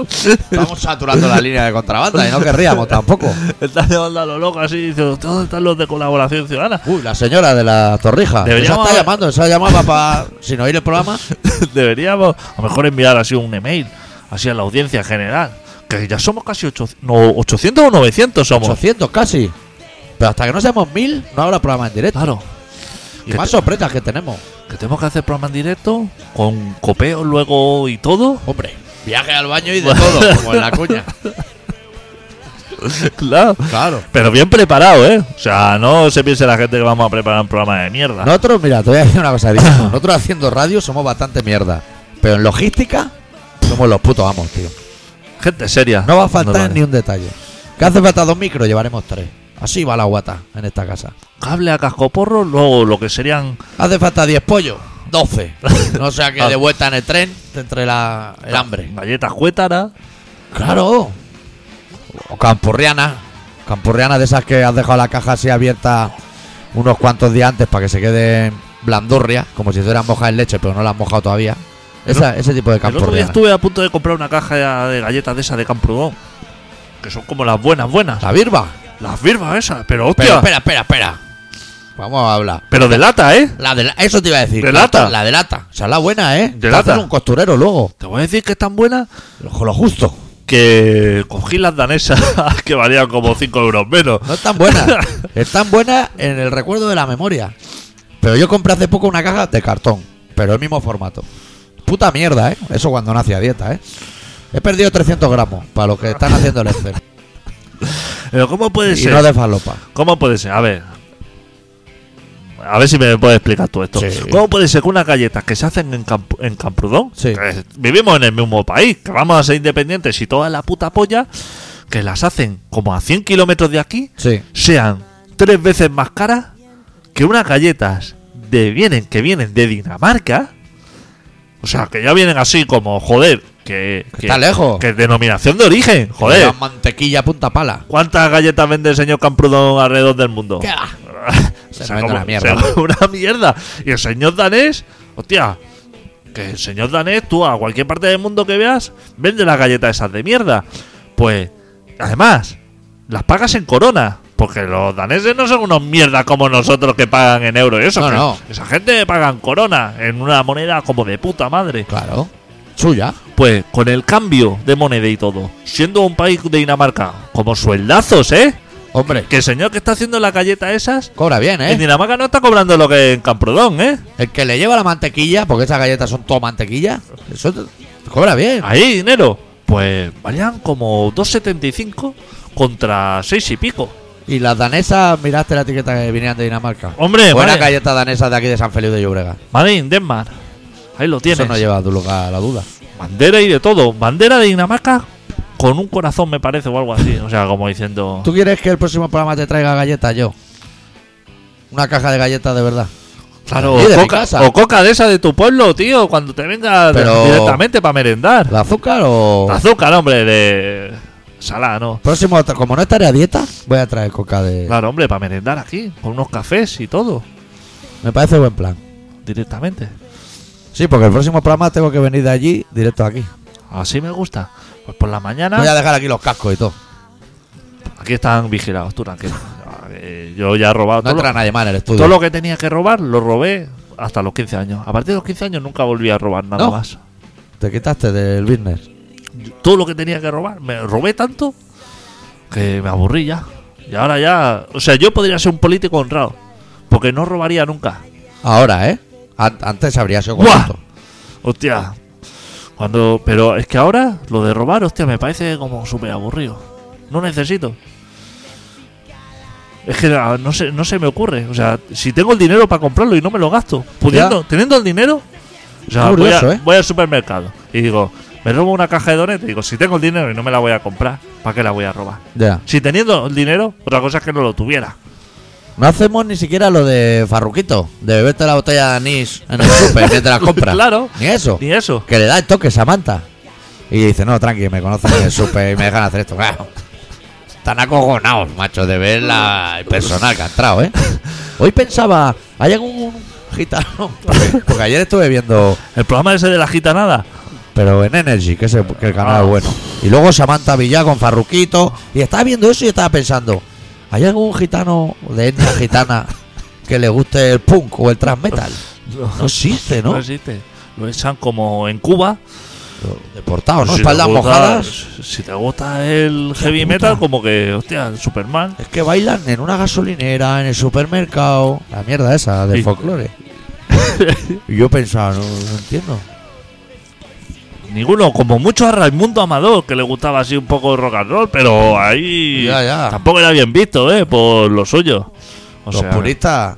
Speaker 1: Estamos saturando la línea de contrabanda y no querríamos tampoco.
Speaker 2: (laughs) están llamando a lo loco así diciendo, ¿dónde están los de colaboración ciudadana? (laughs)
Speaker 1: Uy, la señora de la torrija. Esa
Speaker 2: Deberíamos
Speaker 1: está
Speaker 2: haber-
Speaker 1: llamando, esa llamaba para. Sin oír el programa.
Speaker 2: Deberíamos a lo mejor enviar así un email, así a la audiencia general. Que ya somos casi ocho- no, 800 o 900 somos.
Speaker 1: 800 casi. Pero hasta que no seamos 1000, no habrá programa en directo.
Speaker 2: Claro.
Speaker 1: Y
Speaker 2: que
Speaker 1: más
Speaker 2: te-
Speaker 1: sorpresas que tenemos.
Speaker 2: Que tenemos que hacer programa en directo, con copeo luego y
Speaker 1: (laughs)
Speaker 2: todo.
Speaker 1: Hombre, viaje al baño y de todo, como en la cuña.
Speaker 2: claro.
Speaker 1: (laughs) Claro.
Speaker 2: Pero bien preparado, ¿eh? O sea, no se piense la gente que vamos a preparar un programa de mierda.
Speaker 1: Nosotros, mira, te voy a decir una (laughs) cosa. Diego. Nosotros haciendo radio somos bastante mierda. Pero en logística, somos los putos amos, tío.
Speaker 2: Gente seria.
Speaker 1: No va a faltar
Speaker 2: Vale.
Speaker 1: ni un detalle. ¿Qué hace falta dos micros? Llevaremos tres. Así va la guata en esta casa.
Speaker 2: Cable a cascoporro, luego lo que serían.
Speaker 1: Hace falta 10 pollos. (laughs) 12. No sea que
Speaker 2: Ah.
Speaker 1: de vuelta en el tren te entre la, el hambre.
Speaker 2: eh, Galletas cuétaras.
Speaker 1: Claro. O campurriana. Campurriana de esas que has dejado la caja así abierta unos cuantos días antes para que se quede blandurria, como si estuvieran mojadas en leche, pero no las has mojado todavía. Esa- ese tipo de
Speaker 2: El otro día
Speaker 1: campurriana.
Speaker 2: estuve a punto de comprar una caja de galletas de esas de Camprodón. Que son como las buenas, buenas.
Speaker 1: La birba.
Speaker 2: Las virvas esas, pero
Speaker 1: Pero
Speaker 2: hostia. Pero,
Speaker 1: espera, espera, espera. Vamos a hablar.
Speaker 2: de lata, ¿eh?
Speaker 1: La de la- eso te iba a decir.
Speaker 2: ¿De lata?
Speaker 1: La de lata. O sea, la buena, ¿eh?
Speaker 2: De
Speaker 1: Te
Speaker 2: lata.
Speaker 1: hacen un costurero luego.
Speaker 2: Te voy a decir que es tan buena
Speaker 1: Lo lo justo.
Speaker 2: que cogí las danesas (laughs) que valían como 5 euros menos.
Speaker 1: No es tan buena. es tan buena en el recuerdo de la memoria. Pero yo compré hace poco una caja de cartón, pero el mismo formato. Puta mierda, ¿eh? Eso cuando no hacía dieta, ¿eh? He perdido 300 gramos para los que están haciendo el Excel.
Speaker 2: Pero Eh, ¿cómo puede
Speaker 1: y
Speaker 2: ser?
Speaker 1: no de falopa.
Speaker 2: ¿Cómo puede ser? A ver. A ver si me puedes explicar tú esto.
Speaker 1: Sí.
Speaker 2: ¿Cómo puede ser que unas galletas que se hacen en, Camp- en Camprudón,
Speaker 1: Sí.
Speaker 2: que vivimos en el mismo país, que vamos a ser independientes y toda la puta polla, que las hacen como a 100 kilómetros de aquí,
Speaker 1: Sí.
Speaker 2: sean tres veces más caras que unas galletas de vienen, que vienen de Dinamarca? O sea, que ya vienen así como, joder, que... que-
Speaker 1: está lejos.
Speaker 2: Que denominación de origen, joder.
Speaker 1: La mantequilla punta pala.
Speaker 2: ¿Cuántas galletas vende el señor Camprudón alrededor del mundo?
Speaker 1: ¿Qué
Speaker 2: (laughs)
Speaker 1: va? Se
Speaker 2: O sea,
Speaker 1: me vende
Speaker 2: como-
Speaker 1: una mierda.
Speaker 2: o sea, una mierda. Y el señor danés, hostia, que el señor danés, tú a cualquier parte del mundo que veas, vende las galletas esas de mierda. Pues, además, las pagas en corona. Porque los daneses no son unos mierdas como nosotros que pagan en euros. Eso
Speaker 1: No,
Speaker 2: que-
Speaker 1: no.
Speaker 2: Esa gente paga en corona, en una moneda como de puta madre.
Speaker 1: Claro. Suya.
Speaker 2: Pues con el cambio de moneda y todo, siendo un país de Dinamarca, como sueldazos, ¿eh?
Speaker 1: Hombre,
Speaker 2: Que el señor que está haciendo las galletas esas
Speaker 1: cobra bien,
Speaker 2: en
Speaker 1: ¿eh?
Speaker 2: Dinamarca no está cobrando lo que en Camprodón, ¿eh?
Speaker 1: El que le lleva la mantequilla, porque esas galletas son todo mantequilla, eso te- cobra bien.
Speaker 2: Ahí, dinero. Pues valían como 2,75 contra 6 y pico.
Speaker 1: Y las danesas, miraste la etiqueta que venían de Dinamarca.
Speaker 2: Hombre,
Speaker 1: Buena
Speaker 2: vale.
Speaker 1: galleta danesa de aquí de San Feliu de Llobregat.
Speaker 2: Madre in Denmark. Ahí lo tienes.
Speaker 1: Eso no lleva a tu lugar a la duda.
Speaker 2: Bandera y de todo. Bandera de Dinamarca con un corazón, me parece, o algo así. O sea, como diciendo.
Speaker 1: ¿Tú quieres que el próximo programa te traiga galletas yo? Una caja de galletas de verdad.
Speaker 2: Claro,
Speaker 1: de
Speaker 2: o
Speaker 1: mi
Speaker 2: coca,
Speaker 1: casa.
Speaker 2: o coca de esa de tu pueblo, tío. Cuando te venga de-
Speaker 1: Pero-
Speaker 2: directamente para merendar.
Speaker 1: ¿La azúcar o.?
Speaker 2: Azúcar, hombre, de. Salada, no.
Speaker 1: Próximo, tra- como no estaré a dieta, voy a traer coca de.
Speaker 2: Claro, hombre, para merendar aquí. Con unos cafés y todo.
Speaker 1: Me parece buen plan.
Speaker 2: Directamente.
Speaker 1: Sí, porque el próximo programa tengo que venir de allí directo aquí.
Speaker 2: Así me gusta. Pues por la mañana.
Speaker 1: Voy a dejar aquí los cascos y todo.
Speaker 2: Aquí están vigilados,
Speaker 1: (laughs)
Speaker 2: tú tranquilo. Ah, eh, Yo ya he robado
Speaker 1: No
Speaker 2: todo,
Speaker 1: entra
Speaker 2: lo,
Speaker 1: nadie más en el estudio.
Speaker 2: todo lo que tenía que robar, lo robé hasta los 15 años. A partir de los 15 años nunca volví a robar nada
Speaker 1: No.
Speaker 2: más.
Speaker 1: Te quitaste del business.
Speaker 2: Yo- Todo lo que tenía que robar, me robé tanto que me aburrí ya. Y ahora ya, o sea, yo podría ser un político honrado, porque no robaría nunca.
Speaker 1: Ahora, ¿eh? An- antes habría sido
Speaker 2: ¡Buah!
Speaker 1: corrupto.
Speaker 2: Hostia. Cuando, pero es que ahora lo de robar, hostia, me parece como súper aburrido. No necesito. Es que ah, no se, no se me ocurre. O sea, si tengo el dinero para comprarlo y no me lo gasto, pudiendo, teniendo el dinero, o sea,
Speaker 1: Qué
Speaker 2: voy,
Speaker 1: curioso,
Speaker 2: a-
Speaker 1: ¿eh?
Speaker 2: voy al supermercado y digo, Me robo una caja de dones, digo, si tengo el dinero y no me la voy a comprar, ¿para qué la voy a robar?
Speaker 1: Ya.
Speaker 2: Si teniendo el dinero, otra cosa es que no lo tuviera.
Speaker 1: No hacemos ni siquiera lo de Farruquito, de beberte la botella de anís en el súper que te la compras.
Speaker 2: Claro.
Speaker 1: Ni eso.
Speaker 2: Ni eso.
Speaker 1: Que le da el toque Samantha. Y dice, no, tranqui, me conocen en el súper y me dejan hacer esto. Claro. Están acogonados, macho, de ver la- el personal que ha entrado, ¿eh? Hoy pensaba, hay algún gitano. Porque, porque ayer estuve viendo,
Speaker 2: El programa ese de la gitanada.
Speaker 1: pero en Energy, que, es el, que el canal
Speaker 2: Ah.
Speaker 1: es bueno. Y luego Samantha Villá con Farruquito. Y estaba viendo eso y estaba pensando, ¿hay algún gitano de etnia gitana que le guste el punk o el thrash metal? No existe, ¿no?
Speaker 2: No existe. Lo echan como en Cuba.
Speaker 1: Deportado, ¿no?
Speaker 2: Si te
Speaker 1: Espaldas
Speaker 2: gusta-
Speaker 1: mojadas.
Speaker 2: Si te gusta el heavy
Speaker 1: puta.
Speaker 2: metal, como que, hostia, Superman.
Speaker 1: Es que bailan en una gasolinera, en el supermercado. La mierda esa de
Speaker 2: Sí.
Speaker 1: folclore. y yo pensaba, no, no entiendo.
Speaker 2: Ninguno, como mucho a Raimundo Amador, que le gustaba así un poco el rock and roll, pero ahí
Speaker 1: Ya, ya.
Speaker 2: tampoco era bien visto, ¿eh? Por lo suyo. O
Speaker 1: Los
Speaker 2: sea,
Speaker 1: puristas.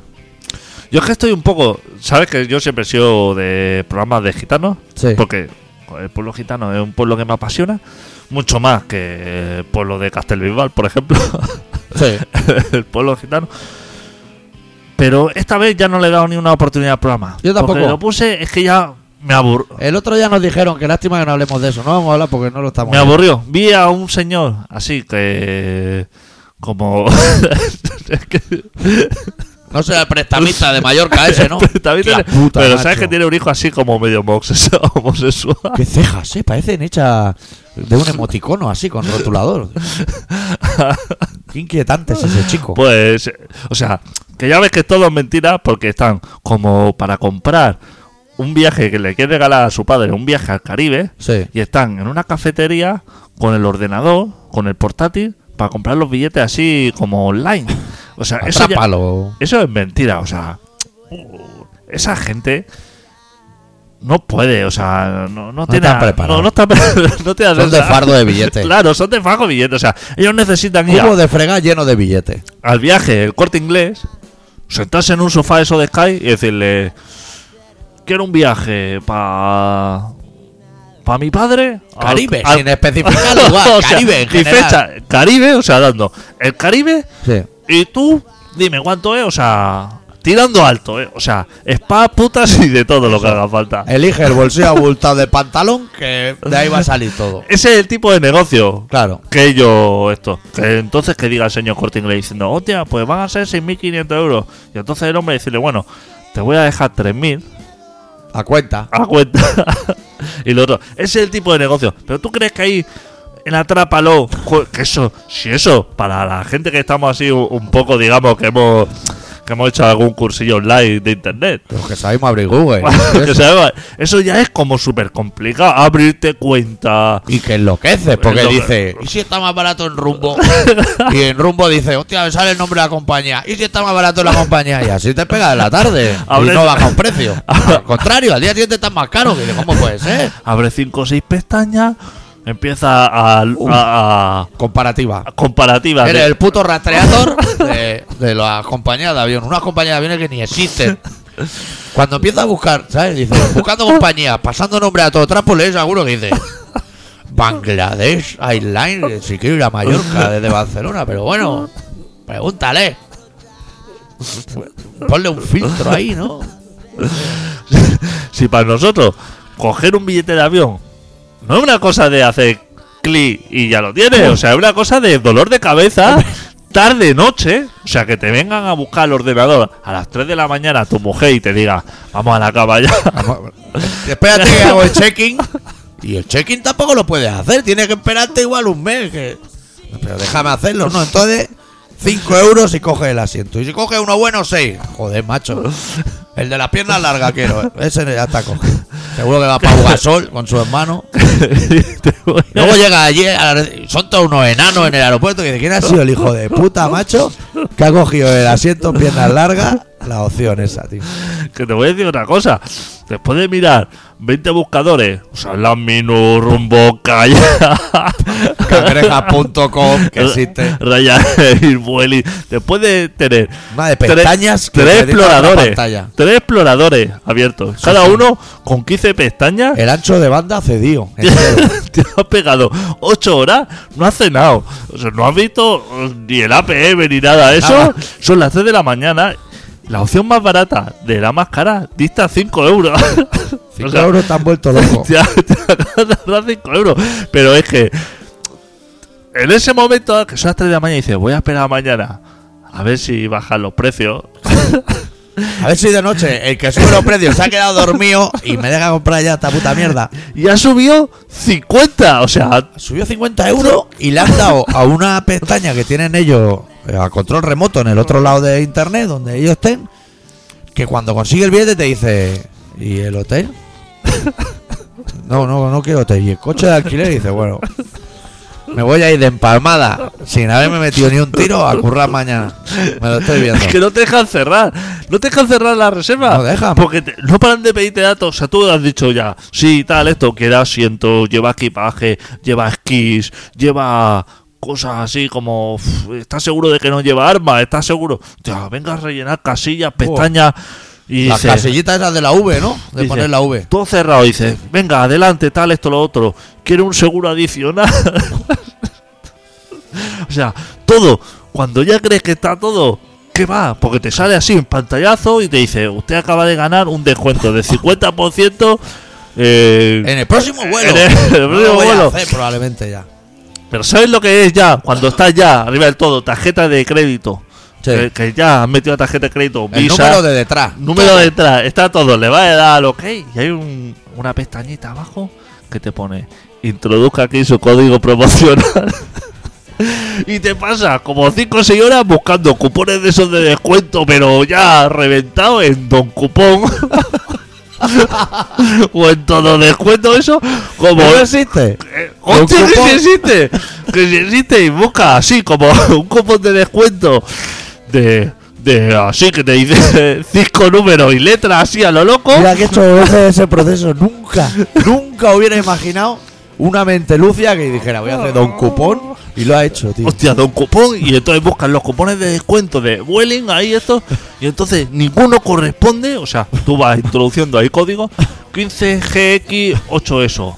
Speaker 2: yo es que estoy un poco. ¿Sabes que yo siempre he sido de programas de gitanos?
Speaker 1: Sí.
Speaker 2: Porque joder, el pueblo gitano es un pueblo que me apasiona, mucho más que el pueblo de Castelbisbal, por ejemplo,
Speaker 1: Sí.
Speaker 2: (laughs) el pueblo gitano. Pero esta vez ya no le he dado ni una oportunidad al programa.
Speaker 1: Yo tampoco.
Speaker 2: Porque lo puse, es que ya me aburrió.
Speaker 1: El otro día nos dijeron que lástima que no hablemos de eso. No vamos a hablar porque no lo estamos.
Speaker 2: Me aburrió. Vi a un señor así que. Como. (laughs) es que-
Speaker 1: No sea el prestamista de Mallorca ese,
Speaker 2: (laughs)
Speaker 1: ¿no?
Speaker 2: también
Speaker 1: La
Speaker 2: tiene-
Speaker 1: puta,
Speaker 2: pero
Speaker 1: macho.
Speaker 2: sabes que tiene un hijo así como medio homose- (laughs) homosexual.
Speaker 1: Qué cejas, ¿eh? Parecen hechas de un emoticono así, con rotulador.
Speaker 2: (laughs)
Speaker 1: Qué inquietante es ese chico.
Speaker 2: Pues, eh, o sea, que ya ves que todo es mentira porque están como para comprar un viaje que le quiere regalar a su padre, un viaje al Caribe,
Speaker 1: Sí.
Speaker 2: y están en una cafetería con el ordenador, con el portátil, para comprar los billetes así como online. O sea, eso, ya-
Speaker 1: Atrápalo.
Speaker 2: eso es mentira, o sea, uh, esa gente no puede, o sea, no, no, tiene
Speaker 1: están
Speaker 2: a-
Speaker 1: preparados.
Speaker 2: No, no está (laughs) pre- no tiene
Speaker 1: Son de
Speaker 2: esa-
Speaker 1: fardo de billetes.
Speaker 2: (laughs) Claro, son de fardo de billetes, o sea, ellos necesitan ir a-
Speaker 1: Cubo de fregar lleno de billetes.
Speaker 2: al viaje, el corte inglés, sentarse en un sofá de eso de Sky y decirle: Quiero un viaje para. para mi padre. al-
Speaker 1: Caribe,
Speaker 2: al-
Speaker 1: sin especificar lugar.
Speaker 2: (laughs) O sea,
Speaker 1: Caribe, en
Speaker 2: y
Speaker 1: general.
Speaker 2: fecha, Caribe, o sea, dando el Caribe
Speaker 1: Sí.
Speaker 2: y tú, dime cuánto es, o sea, tirando alto, ¿eh? o sea, spa, putas y de todo lo que haga falta.
Speaker 1: Elige el bolsillo abultado de pantalón, que de ahí va a salir todo.
Speaker 2: Ese es el tipo de negocio
Speaker 1: Claro.
Speaker 2: que yo esto. Que entonces que diga el señor Corte Inglés diciendo, hostia, pues van a ser 6.500 euros. Y entonces el hombre decirle, bueno, te voy a dejar 3.000
Speaker 1: A cuenta.
Speaker 2: a cuenta. (laughs) y lo otro, ese es el tipo de negocio. Pero tú crees que ahí en Atrápalo, jo- que eso, si eso, para la gente que estamos así un, un poco, digamos, que hemos... Que hemos hecho algún cursillo online de internet. (laughs)
Speaker 1: Los que sabemos abrir Google.
Speaker 2: Que sabemos, eso ya es como súper complicado. Abrirte cuenta.
Speaker 1: Y que enloqueces, porque
Speaker 2: Enloque-
Speaker 1: dice, ¿y si está más barato en rumbo? y en rumbo dice, hostia, me sale el nombre de la compañía. ¿Y si está más barato en la compañía? Y así te pegas en la tarde.
Speaker 2: Hablé-
Speaker 1: Y no baja un
Speaker 2: (laughs)
Speaker 1: precio. Al contrario, al día siguiente está más caro. Que dice, ¿cómo puede ser?
Speaker 2: abre 5 o 6 pestañas, empieza a, a- a-
Speaker 1: Comparativa.
Speaker 2: a comparativas. de-
Speaker 1: Eres el puto rastreador de, de las compañías de avión. Unas compañías de aviones que ni existen. Cuando empieza a buscar, ¿sabes? Dice, buscando compañías, pasando nombre a todo trapo, lees alguno que dice Bangladesh Airlines, si quiero ir a Mallorca desde Barcelona, pero bueno, pregúntale. Ponle un filtro ahí, ¿no?
Speaker 2: Si para nosotros coger un billete de avión no es una cosa de hacer clic y ya lo tienes, o sea, es una cosa de dolor de cabeza. Tarde, noche, o sea, que te vengan a buscar el ordenador a las 3 de la mañana tu mujer y te diga, vamos a la cama (laughs) ya.
Speaker 1: (laughs) Espérate que hago el check-in. Y el check-in tampoco lo puedes hacer. Tienes que esperarte igual un mes. que- Pero déjame hacerlo, ¿no? Entonces, 5 euros y coge el asiento. Y si coge uno bueno, 6. Joder, macho. El de las piernas largas quiero. eh. Ese ya está cogido. Seguro que va para Gasol con su hermano.
Speaker 2: Te voy a-
Speaker 1: Luego llega allí, a la- son todos unos enanos en el aeropuerto. Que dice, ¿quién ha sido el hijo de puta, macho? Que ha cogido el asiento, piernas largas. La opción esa, tío.
Speaker 2: Que te voy a decir otra cosa. Después de mirar 20 buscadores, o sea, la minu, rumbo, calla, (laughs)
Speaker 1: Cangrejas.com, que existe.
Speaker 2: Raya, y Vueli. Después de tener
Speaker 1: Una de
Speaker 2: tres-
Speaker 1: pestañas que
Speaker 2: tres,
Speaker 1: te dedican a la
Speaker 2: exploradores,
Speaker 1: pantalla.
Speaker 2: tres exploradores abiertos, cada uno con 15 pestañas. (laughs)
Speaker 1: El ancho de banda cedió. entero.
Speaker 2: Te has pegado 8 horas, no has cenado, o sea, no has visto eh, ni el APM ni nada. Eso
Speaker 1: Nada.
Speaker 2: son las 3 de la mañana. La opción más barata de la más cara dista
Speaker 1: (laughs)
Speaker 2: 5 euros.
Speaker 1: Cinco
Speaker 2: O sea,
Speaker 1: euros te han vuelto
Speaker 2: (laughs)
Speaker 1: loco.
Speaker 2: te, acabas (laughs) de ahorrar 5 euros. Pero es que en ese momento, que son las 3 de la mañana, dices, voy a esperar a mañana a ver si bajan los precios.
Speaker 1: A ver si de noche el que sube los precios se ha quedado dormido y me deja comprar ya esta puta mierda.
Speaker 2: Y ha subido 50. O sea,
Speaker 1: Subió 50 euros y le han dado a una pestaña que tienen ellos eh, a control remoto en el otro lado de internet, donde ellos estén, que cuando consigue el billete te dice, ¿y el hotel? (laughs) No, no, no quiero hotel. Y el coche de alquiler y dice, bueno, me voy a ir de empalmada sin haberme metido ni un tiro a currar mañana. Me lo estoy viendo.
Speaker 2: Es que no te dejan cerrar. No te dejan cerrar la reserva.
Speaker 1: No dejan.
Speaker 2: Porque te- no paran de pedirte datos. O sea, tú has dicho ya, sí, tal, esto, que da asiento, lleva equipaje, lleva esquís, lleva cosas así como, uf, ¿estás seguro de que no lleva armas? ¿Estás seguro? Ya, venga a rellenar casillas, pestañas. (laughs) Y
Speaker 1: Las
Speaker 2: dices-
Speaker 1: casillitas esas de la V, ¿no? De
Speaker 2: dices,
Speaker 1: poner la V.
Speaker 2: Todo cerrado, dices, venga, adelante, tal, esto, lo otro. Quiero un seguro adicional. (laughs) o sea, todo. Cuando ya crees que está todo, ¿qué va? Porque te sale así un pantallazo y te dice, usted acaba de ganar un descuento de 50%. eh,
Speaker 1: En el próximo vuelo.
Speaker 2: En el- en el
Speaker 1: No lo
Speaker 2: próximo
Speaker 1: voy a
Speaker 2: vuelo.
Speaker 1: hacer probablemente ya.
Speaker 2: pero ¿sabes lo que es ya? Cuando estás ya arriba del todo, tarjeta de crédito.
Speaker 1: Sí.
Speaker 2: Que, que ya has metido la tarjeta de crédito,
Speaker 1: El
Speaker 2: Visa,
Speaker 1: número de detrás.
Speaker 2: Número detrás, está todo, le vas a dar al ok y hay un- una pestañita abajo que te pone introduzca aquí su código promocional. (laughs) y te pasa como 5 o 6 horas buscando cupones de esos de descuento, pero ya reventado en Don Cupón. (laughs) o en todo descuento eso, como ¿Eh?
Speaker 1: ¿No
Speaker 2: es...
Speaker 1: existe? Don
Speaker 2: ¡Hostia, que
Speaker 1: Cupón.
Speaker 2: si existe! Que si existe y busca así como (laughs) un cupón de descuento de, de así que te dice (laughs) cinco números y letras así a lo loco.
Speaker 1: Mira que he hecho dos veces ese proceso. Nunca, nunca hubiera imaginado una mente lucia que dijera voy a hacer un cupón y lo ha hecho, tío.
Speaker 2: Hostia, da un cupón y entonces buscan los cupones de descuento de Vueling, ahí esto, y entonces ninguno corresponde, o sea, tú vas introduciendo ahí código 15GX8ESO,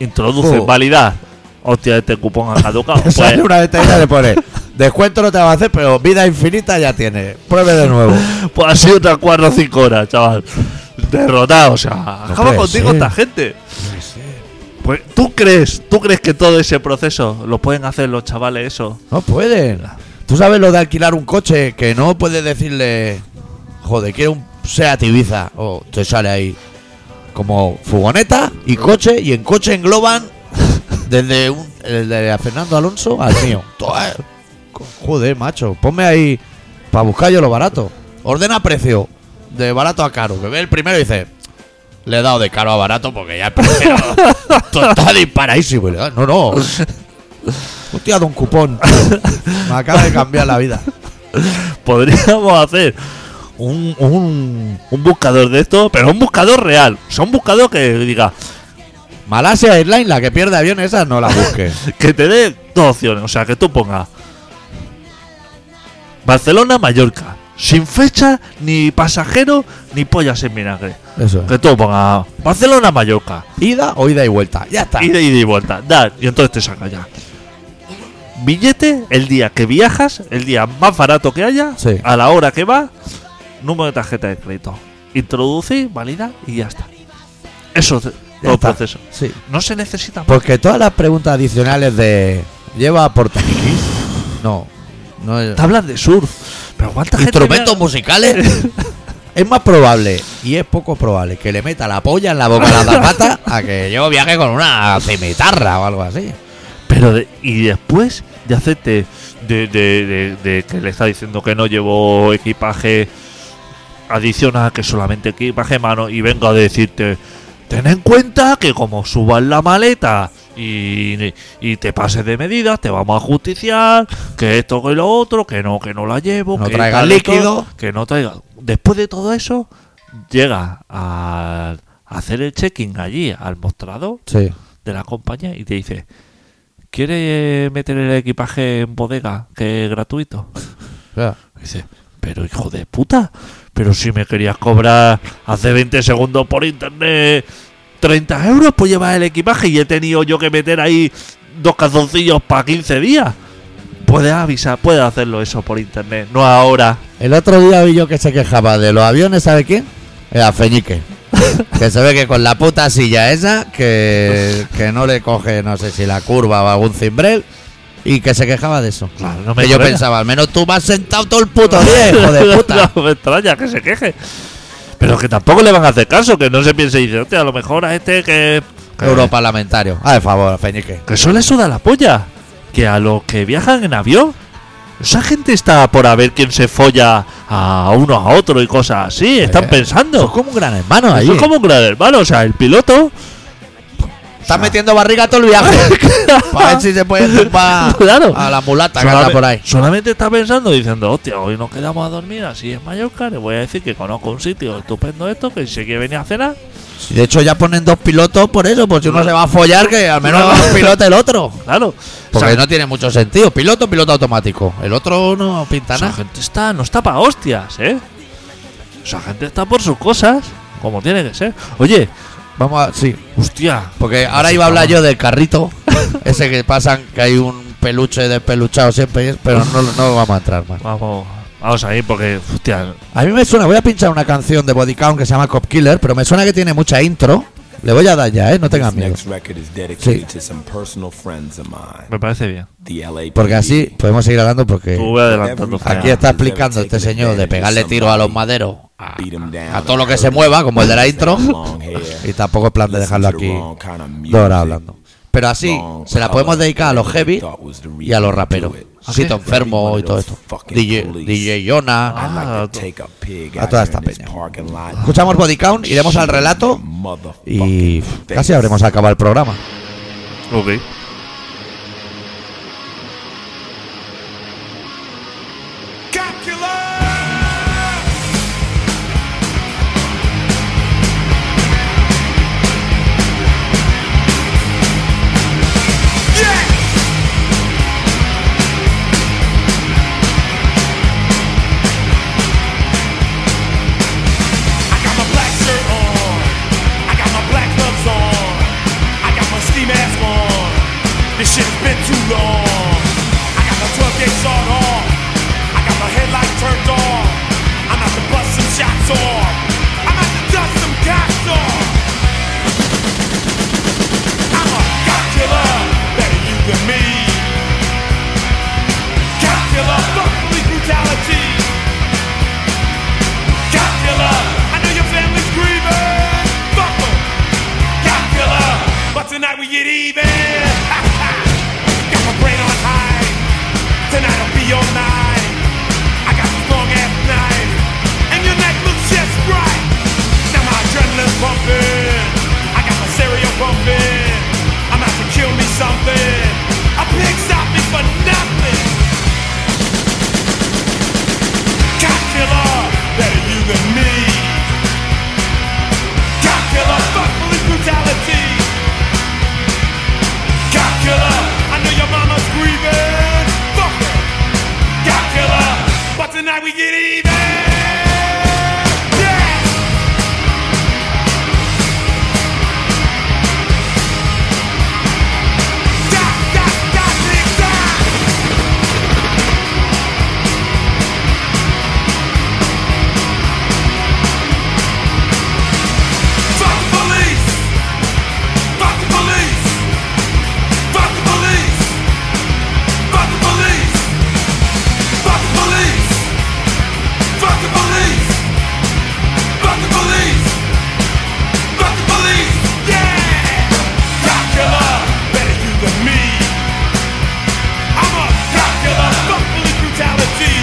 Speaker 2: introduce,
Speaker 1: Oh.
Speaker 2: validar, hostia, este cupón ha caducado,
Speaker 1: Te (laughs) (laughs) sale
Speaker 2: pues,
Speaker 1: una detalle de poner. Descuento no te va a hacer, pero vida infinita ya tiene. Pruebe de nuevo.
Speaker 2: pues ha sido otras 4 o 5 horas, chaval, derrotado, o sea, acaba
Speaker 1: puede
Speaker 2: contigo
Speaker 1: ser.
Speaker 2: esta gente. Pues, ¿tú crees, ¿Tú crees que todo ese proceso lo pueden hacer los chavales eso?
Speaker 1: No pueden. Tú sabes lo de alquilar un coche que no puedes decirle, joder, quiero un Seat Ibiza. O te sale ahí como furgoneta y coche, y en coche engloban (laughs) desde un- el de Fernando Alonso al mío. Todo, eh. Co- Joder, macho, ponme ahí para buscar yo lo barato. Ordena precio de barato a caro. Que ve el primero y dice, le he dado de caro a barato porque ya el primero está disparadísimo. Y le da, No, no. Hostia, don cupón. (laughs) Me acaba de cambiar la vida.
Speaker 2: podríamos hacer un, un- un buscador de esto, pero un buscador real. O sea, un buscador que diga,
Speaker 1: Malasia Airlines, la que pierde aviones, esa no la busques.
Speaker 2: que te dé dos opciones. O sea, que tú pongas Barcelona, Mallorca. Sin fecha, ni pasajero, ni pollas en vinagre.
Speaker 1: (laughs) Eso es.
Speaker 2: Que tú pongas Barcelona, Mallorca.
Speaker 1: Ida o ida y vuelta. Ya está.
Speaker 2: Y de ida y vuelta. Da, y entonces te saca ya. Billete, el día que viajas, el día más barato que haya,
Speaker 1: Sí.
Speaker 2: a la hora que va, número de tarjeta de crédito. Introduce, valida y ya está. Eso es
Speaker 1: Ya
Speaker 2: todo el
Speaker 1: está.
Speaker 2: proceso.
Speaker 1: Sí.
Speaker 2: No se necesita más.
Speaker 1: Porque todas las preguntas adicionales de. ¿Lleva portaniquís? No. no es-
Speaker 2: tablas de surf. Pero ¿cuánta gente
Speaker 1: ¿Instrumentos (laughs)
Speaker 2: me-
Speaker 1: musicales? es más probable, y es poco probable, que le meta la polla en la boca (laughs) a la zapata a que yo viaje con una cimitarra o algo así.
Speaker 2: Pero de- y después de hacerte de, de- de- de que le está diciendo que no llevo equipaje adicional, que solamente equipaje mano, y venga a decirte, ten en cuenta que como subas la maleta y, y te pases de medidas, te vamos a justiciar, que esto, que lo otro, que no, que no la llevo,
Speaker 1: No
Speaker 2: que
Speaker 1: traigas
Speaker 2: tal, esto,
Speaker 1: líquido.
Speaker 2: que no traiga. Después de todo eso, llega al, hacer el check-in allí al mostrador
Speaker 1: Sí.
Speaker 2: de la compañía y te dice, ¿quiere meter el equipaje en bodega que es gratuito?
Speaker 1: Claro.
Speaker 2: Y dice, pero hijo de puta, pero si me querías cobrar hace 20 segundos por internet 30 euros por llevar el equipaje y he tenido yo que meter ahí dos calzoncillos para 15 días. Puedes avisar, puedes hacerlo eso por internet, no ahora.
Speaker 1: El otro día vi yo que se quejaba de los aviones, ¿sabe quién? Era
Speaker 2: (laughs)
Speaker 1: Feñique. que se ve que con la puta silla esa, que, que no le coge, no sé si la curva o algún cimbrel, y que se quejaba de eso.
Speaker 2: Claro, no me
Speaker 1: Que yo
Speaker 2: extraña.
Speaker 1: pensaba, al menos tú me has sentado todo el puto día, Eh, hijo
Speaker 2: (laughs)
Speaker 1: de puta.
Speaker 2: No me extraña que se queje. Pero que tampoco le van a hacer caso, que no se piense y dice, hostia, a lo mejor a este que. que-
Speaker 1: Europarlamentario. Ah, de favor, Feñique.
Speaker 2: Que eso le suda la polla. Que a los que viajan en avión. Esa gente está por a ver quién se folla a uno a otro y cosas así. Están
Speaker 1: Eh,
Speaker 2: pensando.
Speaker 1: Sos como un gran hermano ahí.
Speaker 2: Eso es como un gran hermano. O sea, el
Speaker 1: (laughs)
Speaker 2: piloto. Ah.
Speaker 1: Estás metiendo barriga todo el
Speaker 2: (laughs)
Speaker 1: viaje. Para ver si se puede tumbar
Speaker 2: Claro.
Speaker 1: a la mulata que
Speaker 2: solamente,
Speaker 1: anda por ahí.
Speaker 2: solamente está pensando diciendo, hostia, hoy nos quedamos a dormir así en Mallorca. Le voy a decir que conozco un sitio estupendo esto, que si se quiere venir a cenar,
Speaker 1: De hecho, ya ponen dos pilotos por eso, por si uno se va a follar, que al menos
Speaker 2: No.
Speaker 1: un piloto el otro.
Speaker 2: claro. O
Speaker 1: Porque
Speaker 2: sea,
Speaker 1: no tiene mucho sentido. Piloto, piloto automático. El otro no pinta
Speaker 2: Esa
Speaker 1: nada.
Speaker 2: gente está, no está para hostias, ¿eh? Esa gente está por sus cosas, como tiene que ser. Oye,
Speaker 1: Vamos a. Sí.
Speaker 2: hostia.
Speaker 1: Porque ahora iba a hablar yo del carrito. (laughs) ese que pasan, que hay un peluche despeluchado siempre, pero no, no vamos a entrar más.
Speaker 2: Vamos, vamos a ir porque, hostia,
Speaker 1: A mí me suena, voy a pinchar una canción de Body Count que se llama Cop Killer, pero me suena que tiene mucha intro. Le voy a dar ya, ¿eh? No tengas
Speaker 4: This
Speaker 1: miedo.
Speaker 4: next record is dedicated to some personal friends of
Speaker 2: me
Speaker 4: mine.
Speaker 2: parece bien.
Speaker 4: The LAPD.
Speaker 1: Porque así podemos seguir hablando porque
Speaker 2: Tú voy adelantando.
Speaker 4: Every-
Speaker 1: aquí
Speaker 2: Fran.
Speaker 1: está explicando este señor de pegarle tiro a los maderos, a,
Speaker 4: Beat 'em down.
Speaker 1: a todo lo que se mueva, como el de la intro.
Speaker 4: Long hair.
Speaker 1: Y tampoco es plan de dejarlo aquí dos horas hablando. Pero así se la podemos dedicar a los heavy y a los raperos. Sito Enfermo y todo esto. DJ, DJ Jonah.
Speaker 2: Ah,
Speaker 4: a
Speaker 1: a toda esta peña. Escuchamos Body Count, iremos al relato y pff, casi habremos acabado el programa.
Speaker 2: Ok.
Speaker 5: I got my black shirt on. I got my black gloves on. I got my ski mask on. This shit's been too long. I got my 12 gauge sawed off. I got my headlight turned off. I'm out to bust some shots off. I'm out to dust some cops off. I'm a cop killer, better you than me. Cop killer, fuck police brutality. Godzilla, I know your family's grieving. Fuck 'em. Godzilla, but tonight we get even. got my brain on high. Tonight I'll be all night. I got this long ass night, and your neck looks just right. Now my adrenaline's pumping. I got my stereo pumping. I'm out to kill me something. A pig stop me for nothing. Cop killer, better you than me. Cop killer, fuck police brutality. Cop killer, I know your mama's grieving. Fuck her. Cop killer, but tonight we get even. Yeah. Dot, dot, dot, tick, dot. Fuck the police! Fuck the police! Fuck the police! Fuck the police! Fuck the police! Fuck the police! Fuck the police! Fuck the police! Yeah! Cop killer, better you than me. I'm a cop killer, fuck police brutality.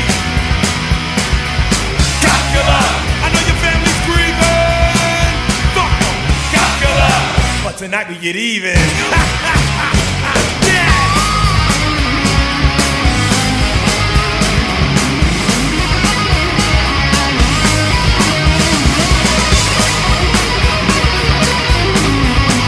Speaker 5: Dracula, I know your family's grieving. Fuck 'em, Dracula. But tonight we get even. (laughs) yeah.
Speaker 6: Cop killer,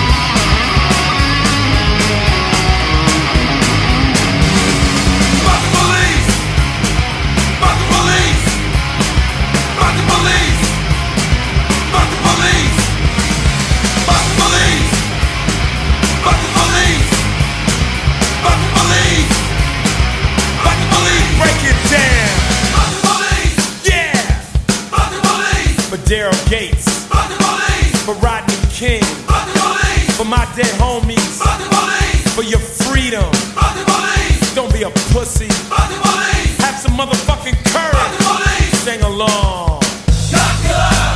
Speaker 5: King,
Speaker 3: Fuck the police!
Speaker 5: for my dead homies,
Speaker 3: Fuck the police!
Speaker 5: for your freedom.
Speaker 3: Fuck the police!
Speaker 5: Don't be a pussy.
Speaker 3: Fuck the police!
Speaker 5: Have some motherfucking
Speaker 3: Fuck the
Speaker 5: courage.
Speaker 3: police!
Speaker 5: Sing along.
Speaker 3: Cop killer!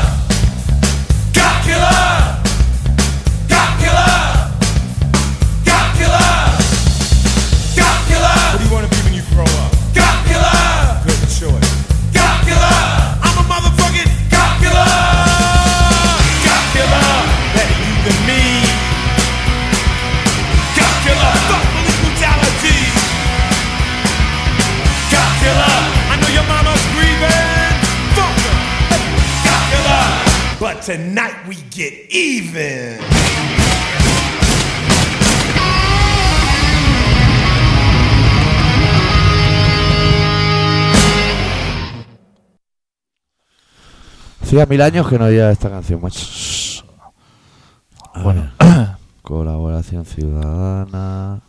Speaker 3: Cop killer! Cop killer! Cop killer! Cop killer!
Speaker 5: What do you want to be when you grow up?
Speaker 3: Cop killer!
Speaker 5: Good choice.
Speaker 3: Cop killer!
Speaker 5: I'm a motherfucking
Speaker 3: Cop killer!
Speaker 5: cop killer. Better you than me. Cop killer. Fuck police brutality. Cop killer. I know your mama's grieving. Fuck her. Cop killer. But tonight we get even.
Speaker 1: Hacía mil años que no oía esta canción, macho. Bueno,
Speaker 2: (coughs)
Speaker 1: colaboración ciudadana,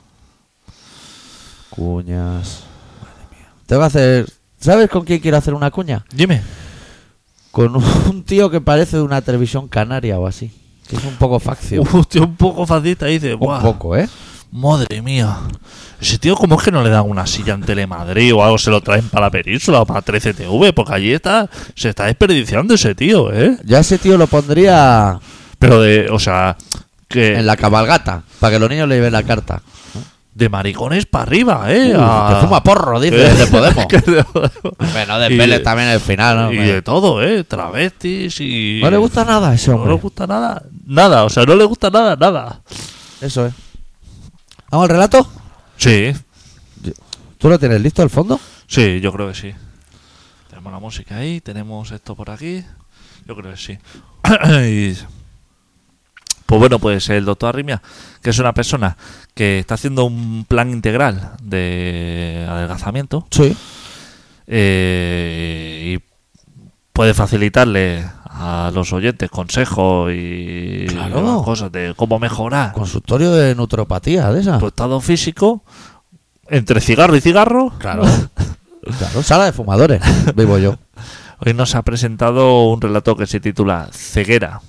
Speaker 1: cuñas. Te voy a hacer. ¿Sabes con quién quiero hacer una cuña?
Speaker 2: Dime.
Speaker 1: Con un tío que parece de una televisión canaria o así. Que es un poco facción.
Speaker 2: Hostia, un poco fascista dice,
Speaker 1: un
Speaker 2: "Buah,
Speaker 1: poco, ¿eh?
Speaker 2: madre mía. Ese tío, ¿cómo es que no le dan una silla en Telemadrid o algo? Se lo traen para la península o para 13TV, porque allí está, se está desperdiciando ese tío, ¿eh?
Speaker 1: Yo a ese tío lo pondría
Speaker 2: Pero de, o sea, que
Speaker 1: en la cabalgata, para que los niños le lleven la carta.
Speaker 2: de maricones para arriba, ¿eh?
Speaker 1: Uh,
Speaker 2: A-
Speaker 1: que fuma porro, dice,
Speaker 2: (laughs)
Speaker 1: de Podemos. Ah,
Speaker 2: Que de Podemos.
Speaker 1: Bueno, de
Speaker 2: Y-
Speaker 1: Pérez también en el final, ¿no?
Speaker 2: Y de todo, ¿eh? Travestis y...
Speaker 1: No le gusta nada a ese
Speaker 2: No
Speaker 1: hombre.
Speaker 2: le gusta nada. Nada, o sea, no le gusta nada, nada.
Speaker 1: Eso es. ¿Vamos al relato?
Speaker 2: Sí,
Speaker 1: ¿Tú lo tienes listo al fondo?
Speaker 2: sí, yo creo que sí. Tenemos la música ahí, tenemos esto por aquí. Yo creo que sí. (clears throat) Y- Pues bueno, pues el doctor Arrimia, que es una persona que está haciendo un plan integral de adelgazamiento,
Speaker 1: Sí.
Speaker 2: eh, y puede facilitarle a los oyentes consejos y
Speaker 1: Claro.
Speaker 2: demás cosas de cómo mejorar
Speaker 1: Consultorio de neutropatía, de esa.
Speaker 2: tu estado físico entre cigarro y cigarro.
Speaker 1: claro. (laughs) claro, sala de fumadores, vivo yo.
Speaker 2: Hoy nos ha presentado un relato que se titula Ceguera.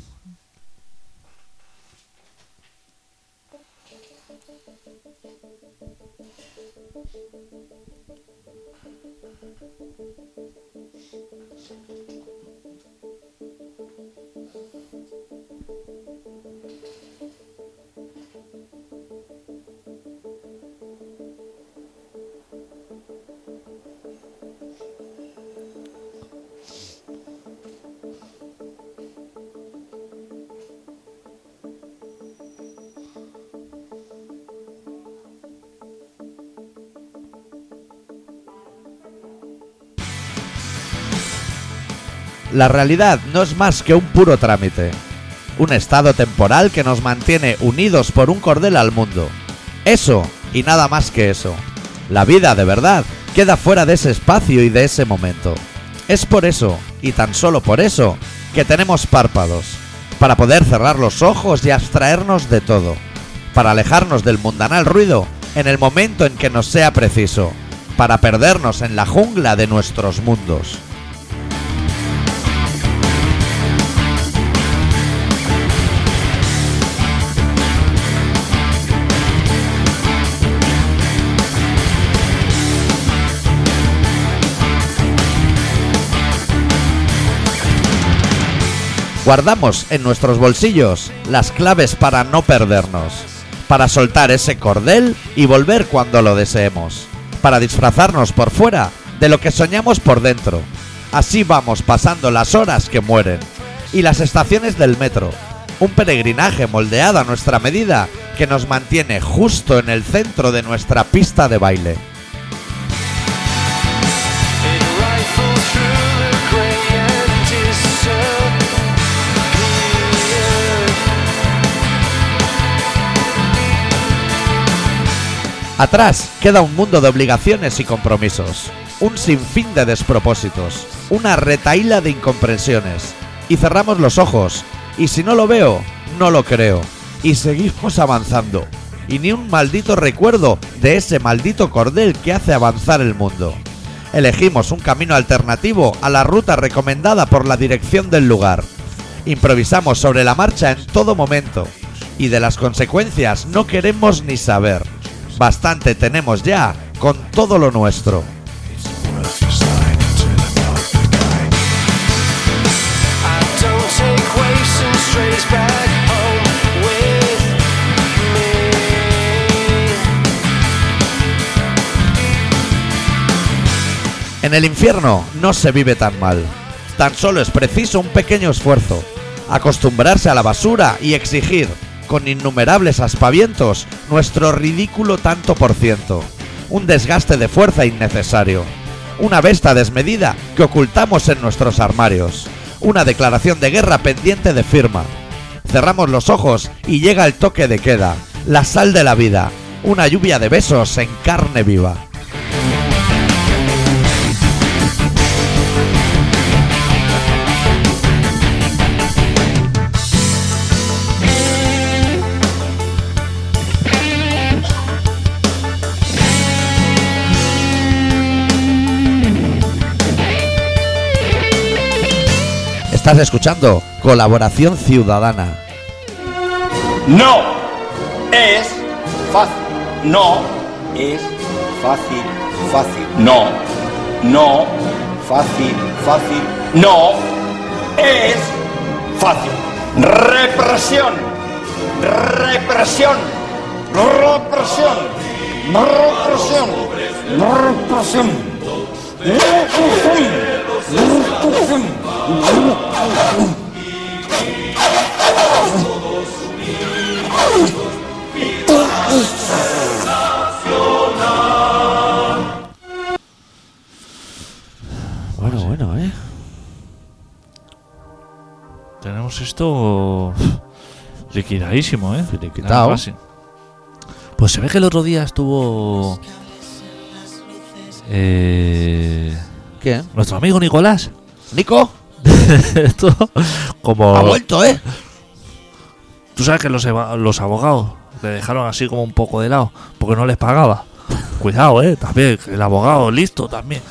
Speaker 1: La realidad no es más que un puro trámite, un estado temporal que nos mantiene unidos por un cordel al mundo. Eso y nada más que eso. La vida de verdad queda fuera de ese espacio y de ese momento. Es por eso, y tan solo por eso, que tenemos párpados, para poder cerrar los ojos y abstraernos de todo, para alejarnos del mundanal ruido en el momento en que nos sea preciso, para perdernos en la jungla de nuestros mundos. Guardamos en nuestros bolsillos las claves para no perdernos, para soltar ese cordel y volver cuando lo deseemos, para disfrazarnos por fuera de lo que soñamos por dentro. Así vamos pasando las horas que mueren y las estaciones del metro, un peregrinaje moldeado a nuestra medida que nos mantiene justo en el centro de nuestra pista de baile. Atrás queda un mundo de obligaciones y compromisos, un sinfín de despropósitos, una retaíla de incomprensiones. Y cerramos los ojos, y si no lo veo, no lo creo. Y seguimos avanzando, y ni un maldito recuerdo de ese maldito cordel que hace avanzar el mundo. Elegimos un camino alternativo a la ruta recomendada por la dirección del lugar. Improvisamos sobre la marcha en todo momento y de las consecuencias no queremos ni saber. Bastante tenemos ya con todo lo nuestro.
Speaker 6: I don't take waifs and strays back home with me.
Speaker 1: En el infierno no se vive tan mal. Tan solo es preciso un pequeño esfuerzo, acostumbrarse a la basura y exigir, con innumerables aspavientos, nuestro ridículo tanto por ciento. Un desgaste de fuerza innecesario. Una besta desmedida que ocultamos en nuestros armarios. Una declaración de guerra pendiente de firma. Cerramos los ojos y llega el toque de queda, la sal de la vida, una lluvia de besos en carne viva. Estás escuchando Colaboración Ciudadana.
Speaker 7: No es fácil. No es fácil, fácil. No, no, fácil, fácil. No es fácil. Represión, represión, represión, represión, represión. represión. represión.
Speaker 1: Bueno, bueno, ¿eh?
Speaker 2: Tenemos esto liquidadísimo, ¿eh?
Speaker 1: Finiquitao.
Speaker 2: Nada fácil. Pues se ve que el otro día estuvo eh,
Speaker 1: ¿Qué?
Speaker 2: nuestro amigo Nicolás. (laughs)
Speaker 1: Nico,
Speaker 2: esto como
Speaker 1: ha vuelto, ¿eh?
Speaker 2: tú sabes que los eva- los abogados le dejaron así como un poco de lado porque no les pagaba. (laughs) Cuidado, eh, también que el abogado listo también.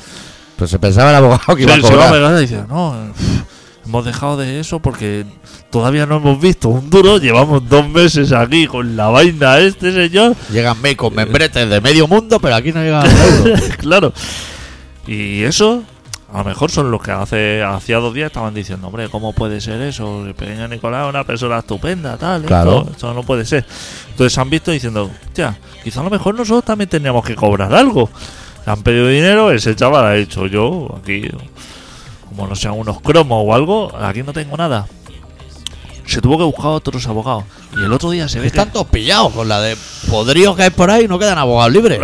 Speaker 1: Pues se pensaba el abogado que iba a
Speaker 2: Sí, se va a
Speaker 1: cobrar.
Speaker 2: pegar y dice, no, pff, hemos dejado de eso porque todavía no hemos visto un duro. Llevamos dos meses aquí con la vaina este señor.
Speaker 1: Llegan me con membretes de medio mundo, pero aquí no llega
Speaker 2: (laughs)
Speaker 1: un euro. (laughs)
Speaker 2: claro. Y eso, a lo mejor son los que hace hacía dos días estaban diciendo, hombre, ¿cómo puede ser eso? El pequeño Nicolás es una persona estupenda, tal.
Speaker 1: Claro.
Speaker 2: Esto, esto no puede ser. Entonces han visto diciendo, hostia, quizá a lo mejor nosotros también teníamos que cobrar algo. Le han pedido dinero, ese chaval ha dicho, yo aquí, como no sean unos cromos o algo, aquí no tengo nada. Se tuvo que buscar a otros abogados. Y el otro día se ve que-
Speaker 1: Están todos pillados con la de podríos que hay por ahí y no quedan abogados
Speaker 2: (laughs)
Speaker 1: libres.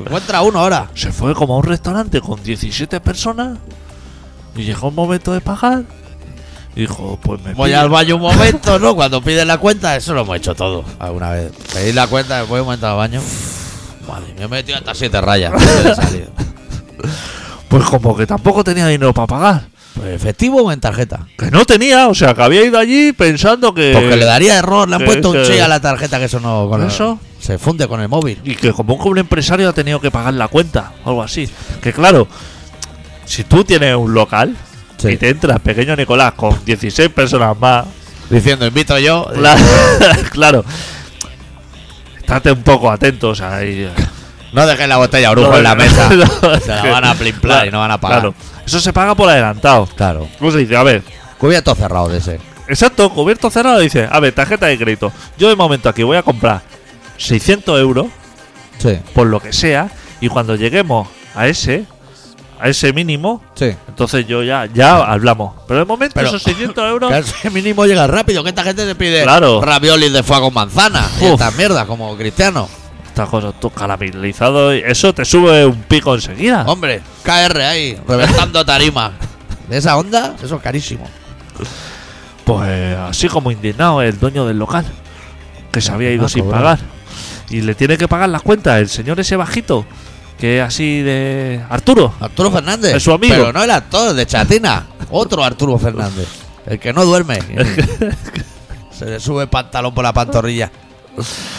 Speaker 1: Encuentra uno ahora.
Speaker 2: se fue como a un restaurante con 17 personas y llegó un momento de pagar y dijo, pues me
Speaker 1: Voy
Speaker 2: pillo.
Speaker 1: al baño un momento, ¿no? Cuando piden la cuenta, eso lo hemos hecho todo alguna vez. Pedir la cuenta, después un momento al baño. Madre mía, me he metido hasta siete rayas antes de salir.
Speaker 2: (laughs) Pues como que tampoco tenía dinero para pagar.
Speaker 1: ¿Pero Pues ¿Efectivo o en tarjeta?
Speaker 2: Que no tenía, o sea, que había ido allí pensando que...
Speaker 1: Porque le daría error, le han
Speaker 2: que
Speaker 1: puesto un
Speaker 2: ese-
Speaker 1: che a la tarjeta que eso no. Con el-
Speaker 2: ¿Eso?
Speaker 1: se funde con el móvil.
Speaker 2: Y que como un empresario ha tenido que pagar la cuenta, o algo así. Que claro, si tú tienes un local
Speaker 1: Sí.
Speaker 2: y te entras pequeño Nicolás con 16 personas más, (laughs)
Speaker 1: Diciendo, invito yo.
Speaker 2: Cla- claro, estate un poco atento, o sea, y-
Speaker 1: (laughs) No dejes la botella orujo en la
Speaker 2: No,
Speaker 1: mesa.
Speaker 2: (laughs) no,
Speaker 1: Se (laughs) la van a plimplar y no van a pagar.
Speaker 2: Claro, eso se paga por adelantado.
Speaker 1: Claro.
Speaker 2: ¿Cómo se dice? A ver,
Speaker 1: Cubierto cerrado de ese.
Speaker 2: exacto, cubierto cerrado dice, a ver, tarjeta de crédito. Yo de momento aquí voy a comprar 600 euros,
Speaker 1: Sí,
Speaker 2: por lo que sea, y cuando lleguemos a ese, a ese mínimo,
Speaker 1: sí.
Speaker 2: entonces yo ya, ya hablamos. Pero de momento
Speaker 1: Pero-
Speaker 2: esos 600
Speaker 1: (laughs)
Speaker 2: euros...
Speaker 1: Que ese mínimo llega rápido. Que esta gente te pide
Speaker 2: Claro.
Speaker 1: raviolis de fuego con manzana. Y
Speaker 2: Uf.
Speaker 1: estas mierdas como cristiano.
Speaker 2: Estas cosas, tú caramelizado, y eso te sube un pico enseguida.
Speaker 1: Hombre, KR ahí, reventando tarima. (laughs) De esa onda, eso es carísimo.
Speaker 2: Pues así como indignado el dueño del local, que se había ido
Speaker 1: Ah,
Speaker 2: sin
Speaker 1: cabrón.
Speaker 2: pagar. Y le tiene que pagar las cuentas el señor ese bajito, que es así de... Arturo.
Speaker 1: Arturo Fernández.
Speaker 2: Es su amigo.
Speaker 1: Pero no el actor de Chatina. Otro Arturo Fernández. El que no
Speaker 2: (laughs)
Speaker 1: duerme. Se le sube el pantalón por la pantorrilla.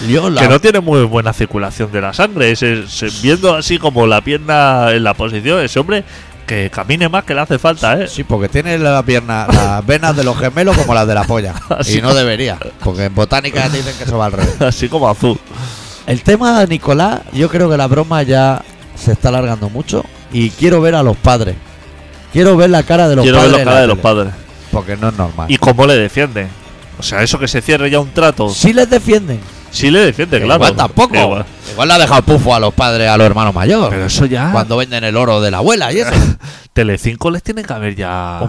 Speaker 1: Yo la-
Speaker 2: Que no tiene muy buena circulación de la sangre. Ese- se- viendo así como la pierna en la posición, ese hombre que camine más que le hace falta, ¿eh? (laughs)
Speaker 1: Sí, porque tiene la pierna, las venas de los gemelos como las de la polla.
Speaker 2: Así.
Speaker 1: Y no debería, porque en botánica te dicen que eso va al revés.
Speaker 2: Así como azul.
Speaker 1: El tema de Nicolás, yo creo que la broma ya se está alargando mucho y quiero ver a los padres. Quiero ver la cara de los
Speaker 2: Quiero ver
Speaker 1: padres.
Speaker 2: los
Speaker 1: en
Speaker 2: caras
Speaker 1: la
Speaker 2: de los
Speaker 1: tele,
Speaker 2: padres.
Speaker 1: Porque no es normal.
Speaker 2: Y cómo le defienden. O sea, eso que se cierre ya un trato.
Speaker 1: si les defienden.
Speaker 2: Sí le defiende,
Speaker 1: Que
Speaker 2: claro.
Speaker 1: Igual tampoco.
Speaker 2: Igual.
Speaker 1: Igual. le ha dejado pufo a los padres, a los hermanos mayores.
Speaker 2: Pero eso ya.
Speaker 1: Cuando venden el oro de la abuela y eso.
Speaker 2: (laughs) Telecinco les tiene que haber ya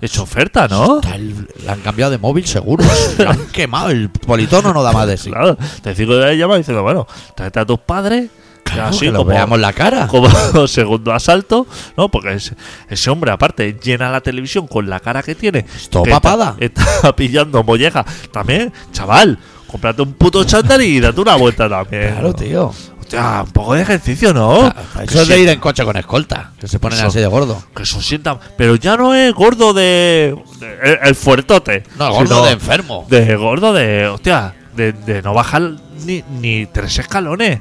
Speaker 2: hecho oferta, ¿no?
Speaker 1: Está el- Le han cambiado de móvil
Speaker 2: (laughs)
Speaker 1: seguro. Le han quemado. El politono no da más de sí.
Speaker 2: Claro. Telecinco ya llama diciendo, bueno, tráete a tus padres. que
Speaker 1: Claro,
Speaker 2: así
Speaker 1: que los
Speaker 2: como,
Speaker 1: veamos la cara.
Speaker 2: como (laughs) segundo asalto, ¿no? Porque ese, ese hombre, aparte, llena la televisión con la cara que tiene.
Speaker 1: todo
Speaker 2: que está-
Speaker 1: papada.
Speaker 2: (laughs) Está, pillando molleja. También, chaval, cómprate un puto chándal y date una vuelta también.
Speaker 1: Claro, tío. Ah,
Speaker 2: Hostia, un poco de ejercicio, ¿no?
Speaker 1: Eso es de ir en coche con escolta. Que se ponen
Speaker 2: Eso.
Speaker 1: así de gordo.
Speaker 2: Que se sientan. Pero ya no es gordo de. de- el, el fuertote.
Speaker 1: No, gordo
Speaker 2: sino
Speaker 1: de enfermo.
Speaker 2: De gordo de. Hostia, de, de no bajar ni, ni tres escalones.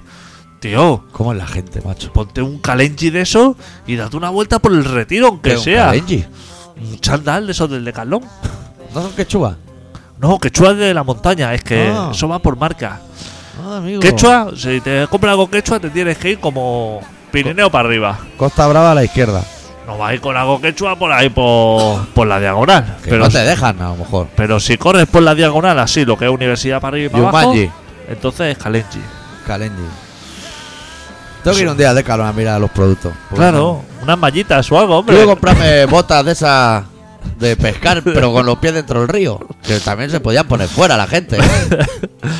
Speaker 2: Tío,
Speaker 1: ¿Cómo es la gente, macho?
Speaker 2: ponte un calenji de eso y date una vuelta por el retiro, aunque
Speaker 1: ¿Qué, un
Speaker 2: sea.
Speaker 1: Kalenji?
Speaker 2: Un chandal de esos del decalón.
Speaker 1: ¿No son quechua?
Speaker 2: No, quechua de la montaña, es que
Speaker 1: Ah.
Speaker 2: eso va por marca.
Speaker 1: Ah, amigo.
Speaker 2: Quechua, si te compras algo quechua, te tienes que ir como Pirineo para arriba.
Speaker 1: Costa Brava a la izquierda.
Speaker 2: No vas a ir con algo quechua por ahí, por, por la diagonal.
Speaker 1: Que
Speaker 2: Pero
Speaker 1: no te dejan, a lo mejor.
Speaker 2: Pero si corres por la diagonal así, lo que es universidad para arriba y para abajo,
Speaker 1: Yumanji.
Speaker 2: entonces es Kalenji.
Speaker 1: Kalenji. Tengo que ir un día de calor a mirar los productos. Porque
Speaker 2: Claro, Pues unas mallitas o algo,
Speaker 1: Quiero
Speaker 2: hombre.
Speaker 1: comprarme botas de esas de pescar, pero con los pies dentro del río. Que también se podían poner fuera la gente. ¿eh?
Speaker 2: (laughs)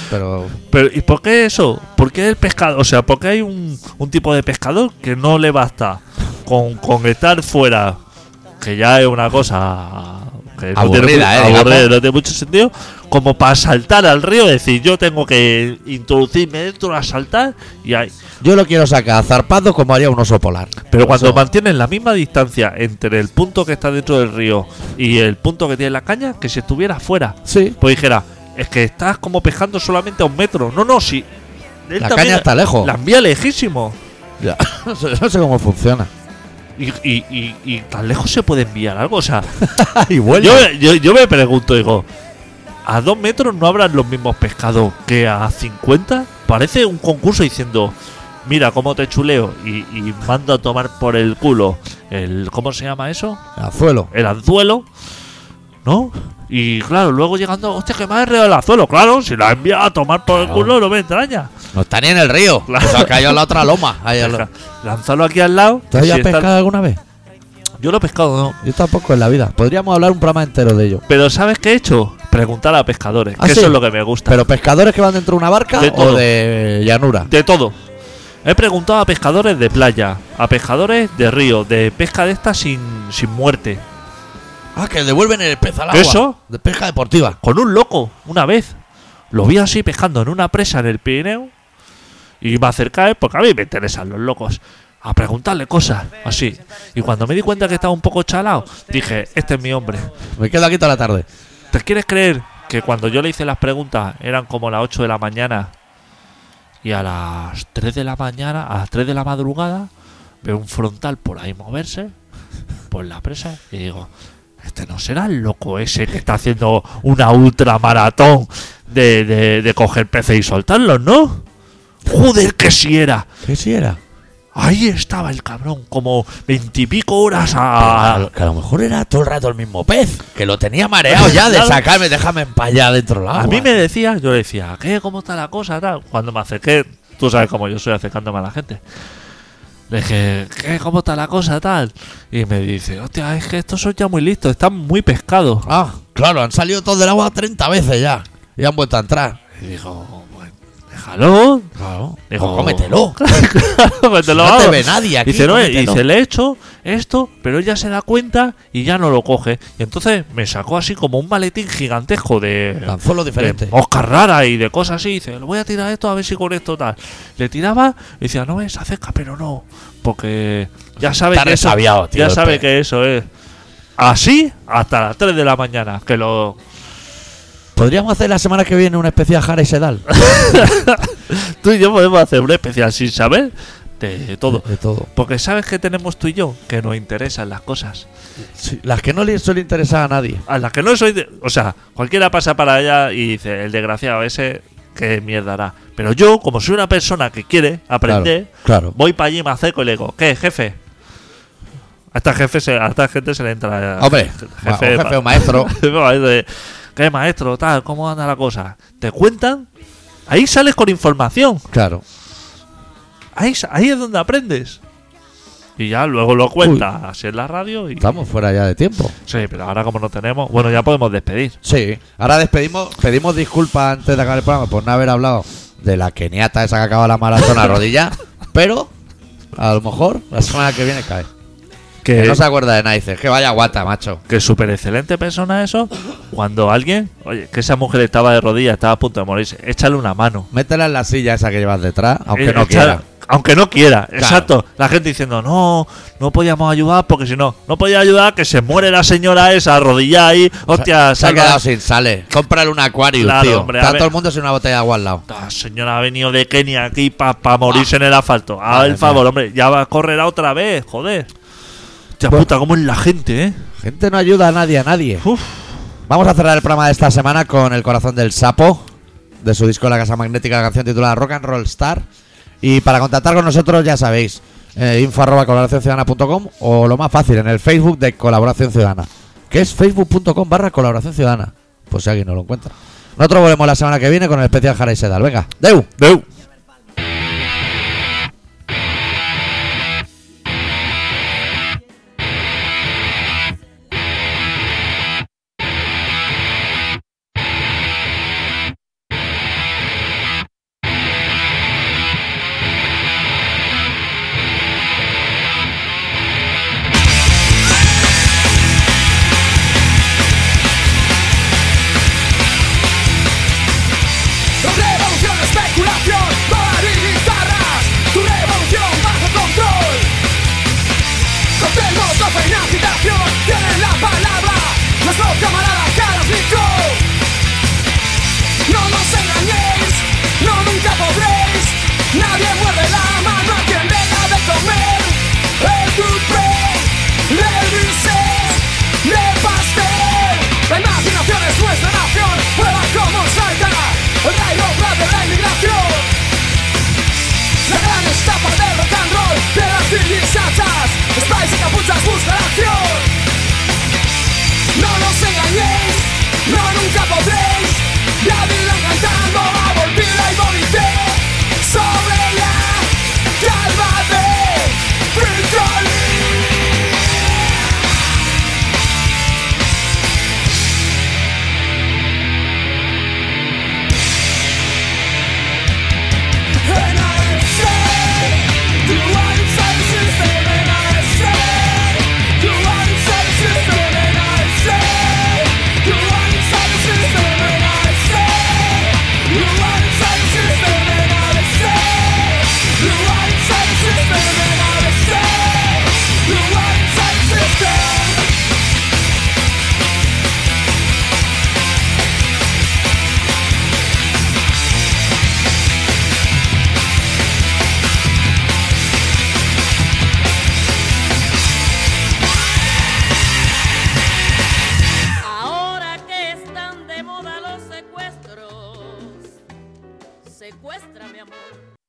Speaker 1: Pero
Speaker 2: Pero, ¿y por qué eso? ¿Por qué el pescado? O sea, ¿por qué hay un, un tipo de pescador que no le basta con, con estar fuera? Que ya es una cosa que no, tiene,
Speaker 1: Aburrida,
Speaker 2: mu-
Speaker 1: eh, digamos.
Speaker 2: aburrida, no tiene mucho sentido. Como para saltar al río, es decir, yo tengo que introducirme dentro a saltar y ahí.
Speaker 1: yo lo quiero sacar zarpado como haría un oso polar.
Speaker 2: Pero cuando
Speaker 1: Eso-
Speaker 2: mantienen la misma distancia entre el punto que está dentro del río y el punto que tiene la caña, que si estuviera fuera,
Speaker 1: Sí.
Speaker 2: pues dijera, es que estás como pescando solamente a un metro. No, no, si. él
Speaker 1: La
Speaker 2: también
Speaker 1: caña está lejos.
Speaker 2: La envía lejísimo.
Speaker 1: Ya. (laughs) No sé no sé cómo
Speaker 2: (laughs)
Speaker 1: funciona.
Speaker 2: Y, y- y- y tan lejos se puede enviar algo.
Speaker 1: (laughs)
Speaker 2: O sea,
Speaker 1: y
Speaker 2: yo, yo, yo me pregunto, digo, ¿a dos metros no habrán los mismos pescados que a 50? Parece un concurso diciendo, mira cómo te chuleo y, y mando a tomar por el culo el. ¿Cómo se llama eso?
Speaker 1: Azuelo.
Speaker 2: el anzuelo, ¿no? Y claro, luego llegando, hostia, que me ha enredado el anzuelo, claro, si la ha enviado a tomar por el
Speaker 1: Claro.
Speaker 2: culo, no me extraña.
Speaker 1: No está ni en el río.
Speaker 2: Claro.
Speaker 1: Se ha caído en la otra loma. Ahí al-
Speaker 2: Deja- Lanzarlo aquí al lado.
Speaker 1: ¿Tú has ido
Speaker 2: si
Speaker 1: a
Speaker 2: está-
Speaker 1: pescar alguna vez?
Speaker 2: Yo lo he pescado, no.
Speaker 1: Yo tampoco en la vida. Podríamos hablar un programa entero de ello.
Speaker 2: Pero ¿sabes qué he hecho? Preguntar a pescadores,
Speaker 1: ¿Ah,
Speaker 2: que
Speaker 1: sí?
Speaker 2: eso es lo que me gusta.
Speaker 1: Pero pescadores que van dentro de una barca
Speaker 2: De
Speaker 1: o
Speaker 2: todo.
Speaker 1: de llanura.
Speaker 2: De todo. He preguntado a pescadores de playa, a pescadores de río, de pesca de esta sin, sin muerte.
Speaker 1: Ah, que devuelven el pez al agua.
Speaker 2: ¿Eso?
Speaker 1: De pesca deportiva.
Speaker 2: con un loco una vez. Lo vi así pescando en una presa en el Pirineo y me acerqué porque a mí me interesan los locos a preguntarle cosas así. Y cuando me di cuenta que estaba un poco chalado, dije, este es mi hombre.
Speaker 1: Me quedo aquí toda la tarde.
Speaker 2: ¿Te quieres creer que cuando yo le hice las preguntas eran como las 8 de la mañana y a las 3 de la mañana, a las 3 de la madrugada, veo un frontal por ahí moverse por la presa y digo, este no será el loco ese que está haciendo una ultramaratón de, de, de coger peces y soltarlos, ¿no? Joder, que si era.
Speaker 1: ¿Qué si era?
Speaker 2: Ahí estaba el cabrón, como veintipico horas
Speaker 1: a
Speaker 2: a...
Speaker 1: lo- Ah, que a lo mejor era todo el rato el mismo pez. Que lo tenía mareado ya de
Speaker 2: Claro.
Speaker 1: sacarme, déjame en pa' allá dentro del agua.
Speaker 2: A mí me decía, yo le decía, ¿qué? ¿Cómo está la cosa? Tal. Cuando me acerqué, tú sabes cómo yo soy acercándome a la gente. Le dije, ¿qué? ¿Cómo está la cosa? Tal. Y me dice, hostia, es que estos son ya muy listos, están muy pescados.
Speaker 1: Ah, claro, han salido todos del agua 30 veces ya. Y han vuelto a entrar.
Speaker 2: Y digo, bueno, déjalo.
Speaker 1: Claro.
Speaker 2: Digo,
Speaker 1: Pues
Speaker 2: (laughs)
Speaker 1: cómetelo.
Speaker 2: claro, que te lo
Speaker 1: no te
Speaker 2: hago.
Speaker 1: ve nadie aquí,
Speaker 2: Dice, no, eh,
Speaker 1: cómetelo.
Speaker 2: dice, le he hecho esto, pero él ya se da cuenta y ya no lo coge. Y entonces me sacó así como un maletín gigantesco de,
Speaker 1: Anzuelo diferente.
Speaker 2: de moscas raras y de cosas así. Dice, le voy a tirar esto a ver si con esto tal. Le tiraba y decía, no, es acerca, pero no. Porque ya sabe
Speaker 1: Está
Speaker 2: que eso,
Speaker 1: resabiado, tío, este.
Speaker 2: Ya
Speaker 1: el
Speaker 2: sabe
Speaker 1: pez.
Speaker 2: que eso es. Así hasta las 3 de la mañana. Que lo.
Speaker 1: Podríamos hacer la semana que viene una especie de jara y sedal.
Speaker 2: Tú y yo podemos hacer un especial sin saber. de (laughs)
Speaker 1: (laughs)
Speaker 2: todo.
Speaker 1: De todo.
Speaker 2: Porque sabes que tenemos tú y yo, que nos interesan las cosas.
Speaker 1: Las que no le suele interesar a nadie.
Speaker 2: A las que no soy. de- o sea, cualquiera pasa para allá y dice, el desgraciado ese, qué mierda hará. Pero yo, como soy una persona que quiere aprender,
Speaker 1: claro.
Speaker 2: voy para allí, me acerco y le digo, ¿qué, jefe? A esta, jefe se- a esta gente se le entra.
Speaker 1: Hombre, ma- un jefe o
Speaker 2: (laughs)
Speaker 1: maestro.
Speaker 2: de, ¿Qué maestro? Tal, ¿Cómo anda la cosa? ¿Te cuentan? Ahí sales con información.
Speaker 1: Claro.
Speaker 2: Ahí, sa- ahí es donde aprendes. Y ya luego lo cuentas así en la radio y.
Speaker 1: Estamos fuera ya de tiempo.
Speaker 2: Sí, pero ahora como no tenemos. Bueno, ya podemos despedir.
Speaker 1: Sí. Ahora despedimos, pedimos disculpas antes de acabar el programa por no haber hablado de la keniata esa que acaba la maratón a
Speaker 2: (laughs)
Speaker 1: rodilla. pero a lo mejor la semana que viene cae. Que no se acuerda de Naices. Que vaya guata, macho.
Speaker 2: que súper excelente persona eso. Cuando alguien, oye, que esa mujer estaba de rodillas, estaba a punto de morirse, échale una mano.
Speaker 1: Métela en la silla esa que llevas detrás, aunque
Speaker 2: Eh,
Speaker 1: no
Speaker 2: échala-
Speaker 1: quiera.
Speaker 2: Aunque no quiera, exacto. La gente diciendo, no, no podíamos ayudar porque si no, no podía ayudar, que se muere la señora esa arrodillada ahí. Hostia,
Speaker 1: se ha
Speaker 2: salva-
Speaker 1: quedado sin sales. Cómprale un acuario,
Speaker 2: Claro,
Speaker 1: tío.
Speaker 2: hombre, a
Speaker 1: Está
Speaker 2: ver.
Speaker 1: todo el mundo sin una botella de agua al lado.
Speaker 2: La Ah, señora ha venido de Kenia aquí para morirse en el asfalto. Ah,
Speaker 1: Madre
Speaker 2: el favor, hombre, ya va a correrá otra vez, joder. Hostia
Speaker 1: Bueno.
Speaker 2: puta, cómo es la gente, ¿eh?
Speaker 1: Gente no ayuda a nadie, a nadie.
Speaker 2: Uf.
Speaker 1: Vamos a cerrar el programa de esta semana con El corazón del sapo, de su disco La Casa Magnética, la canción titulada Rock and Roll Star. Y para contactar con nosotros, ya sabéis, eh, info arroba colaboracionciudadana.com o lo más fácil, en el Facebook de Colaboración Ciudadana, que es facebook.com barra colaboración ciudadana, por si alguien no lo encuentra. Nosotros volvemos la semana que viene con el especial Jara y Sedal. Venga, Deu.
Speaker 2: Deu.
Speaker 8: Revolución, especulación, dólar y guitarras Tu revolución bajo control Cóctel, tope y agitación Tienen la palabra Nuestros camaradas Kalashnikov No nos engañéis No nunca podréis Nadie mueve la mano a quien deja de comer El cupé Le dices Le pastel La imaginación es nuestra nación Prueba como salta El rayo de la inmigración la gran estafa del rock and roll De las civilizadas Spice y capuchas busca la acción No nos engañéis No nunca podréis La vida cantando va a volver y vomité Sobre la calva de Virtual System.
Speaker 9: Ahora que están de moda los secuestros, secuestra mi amor.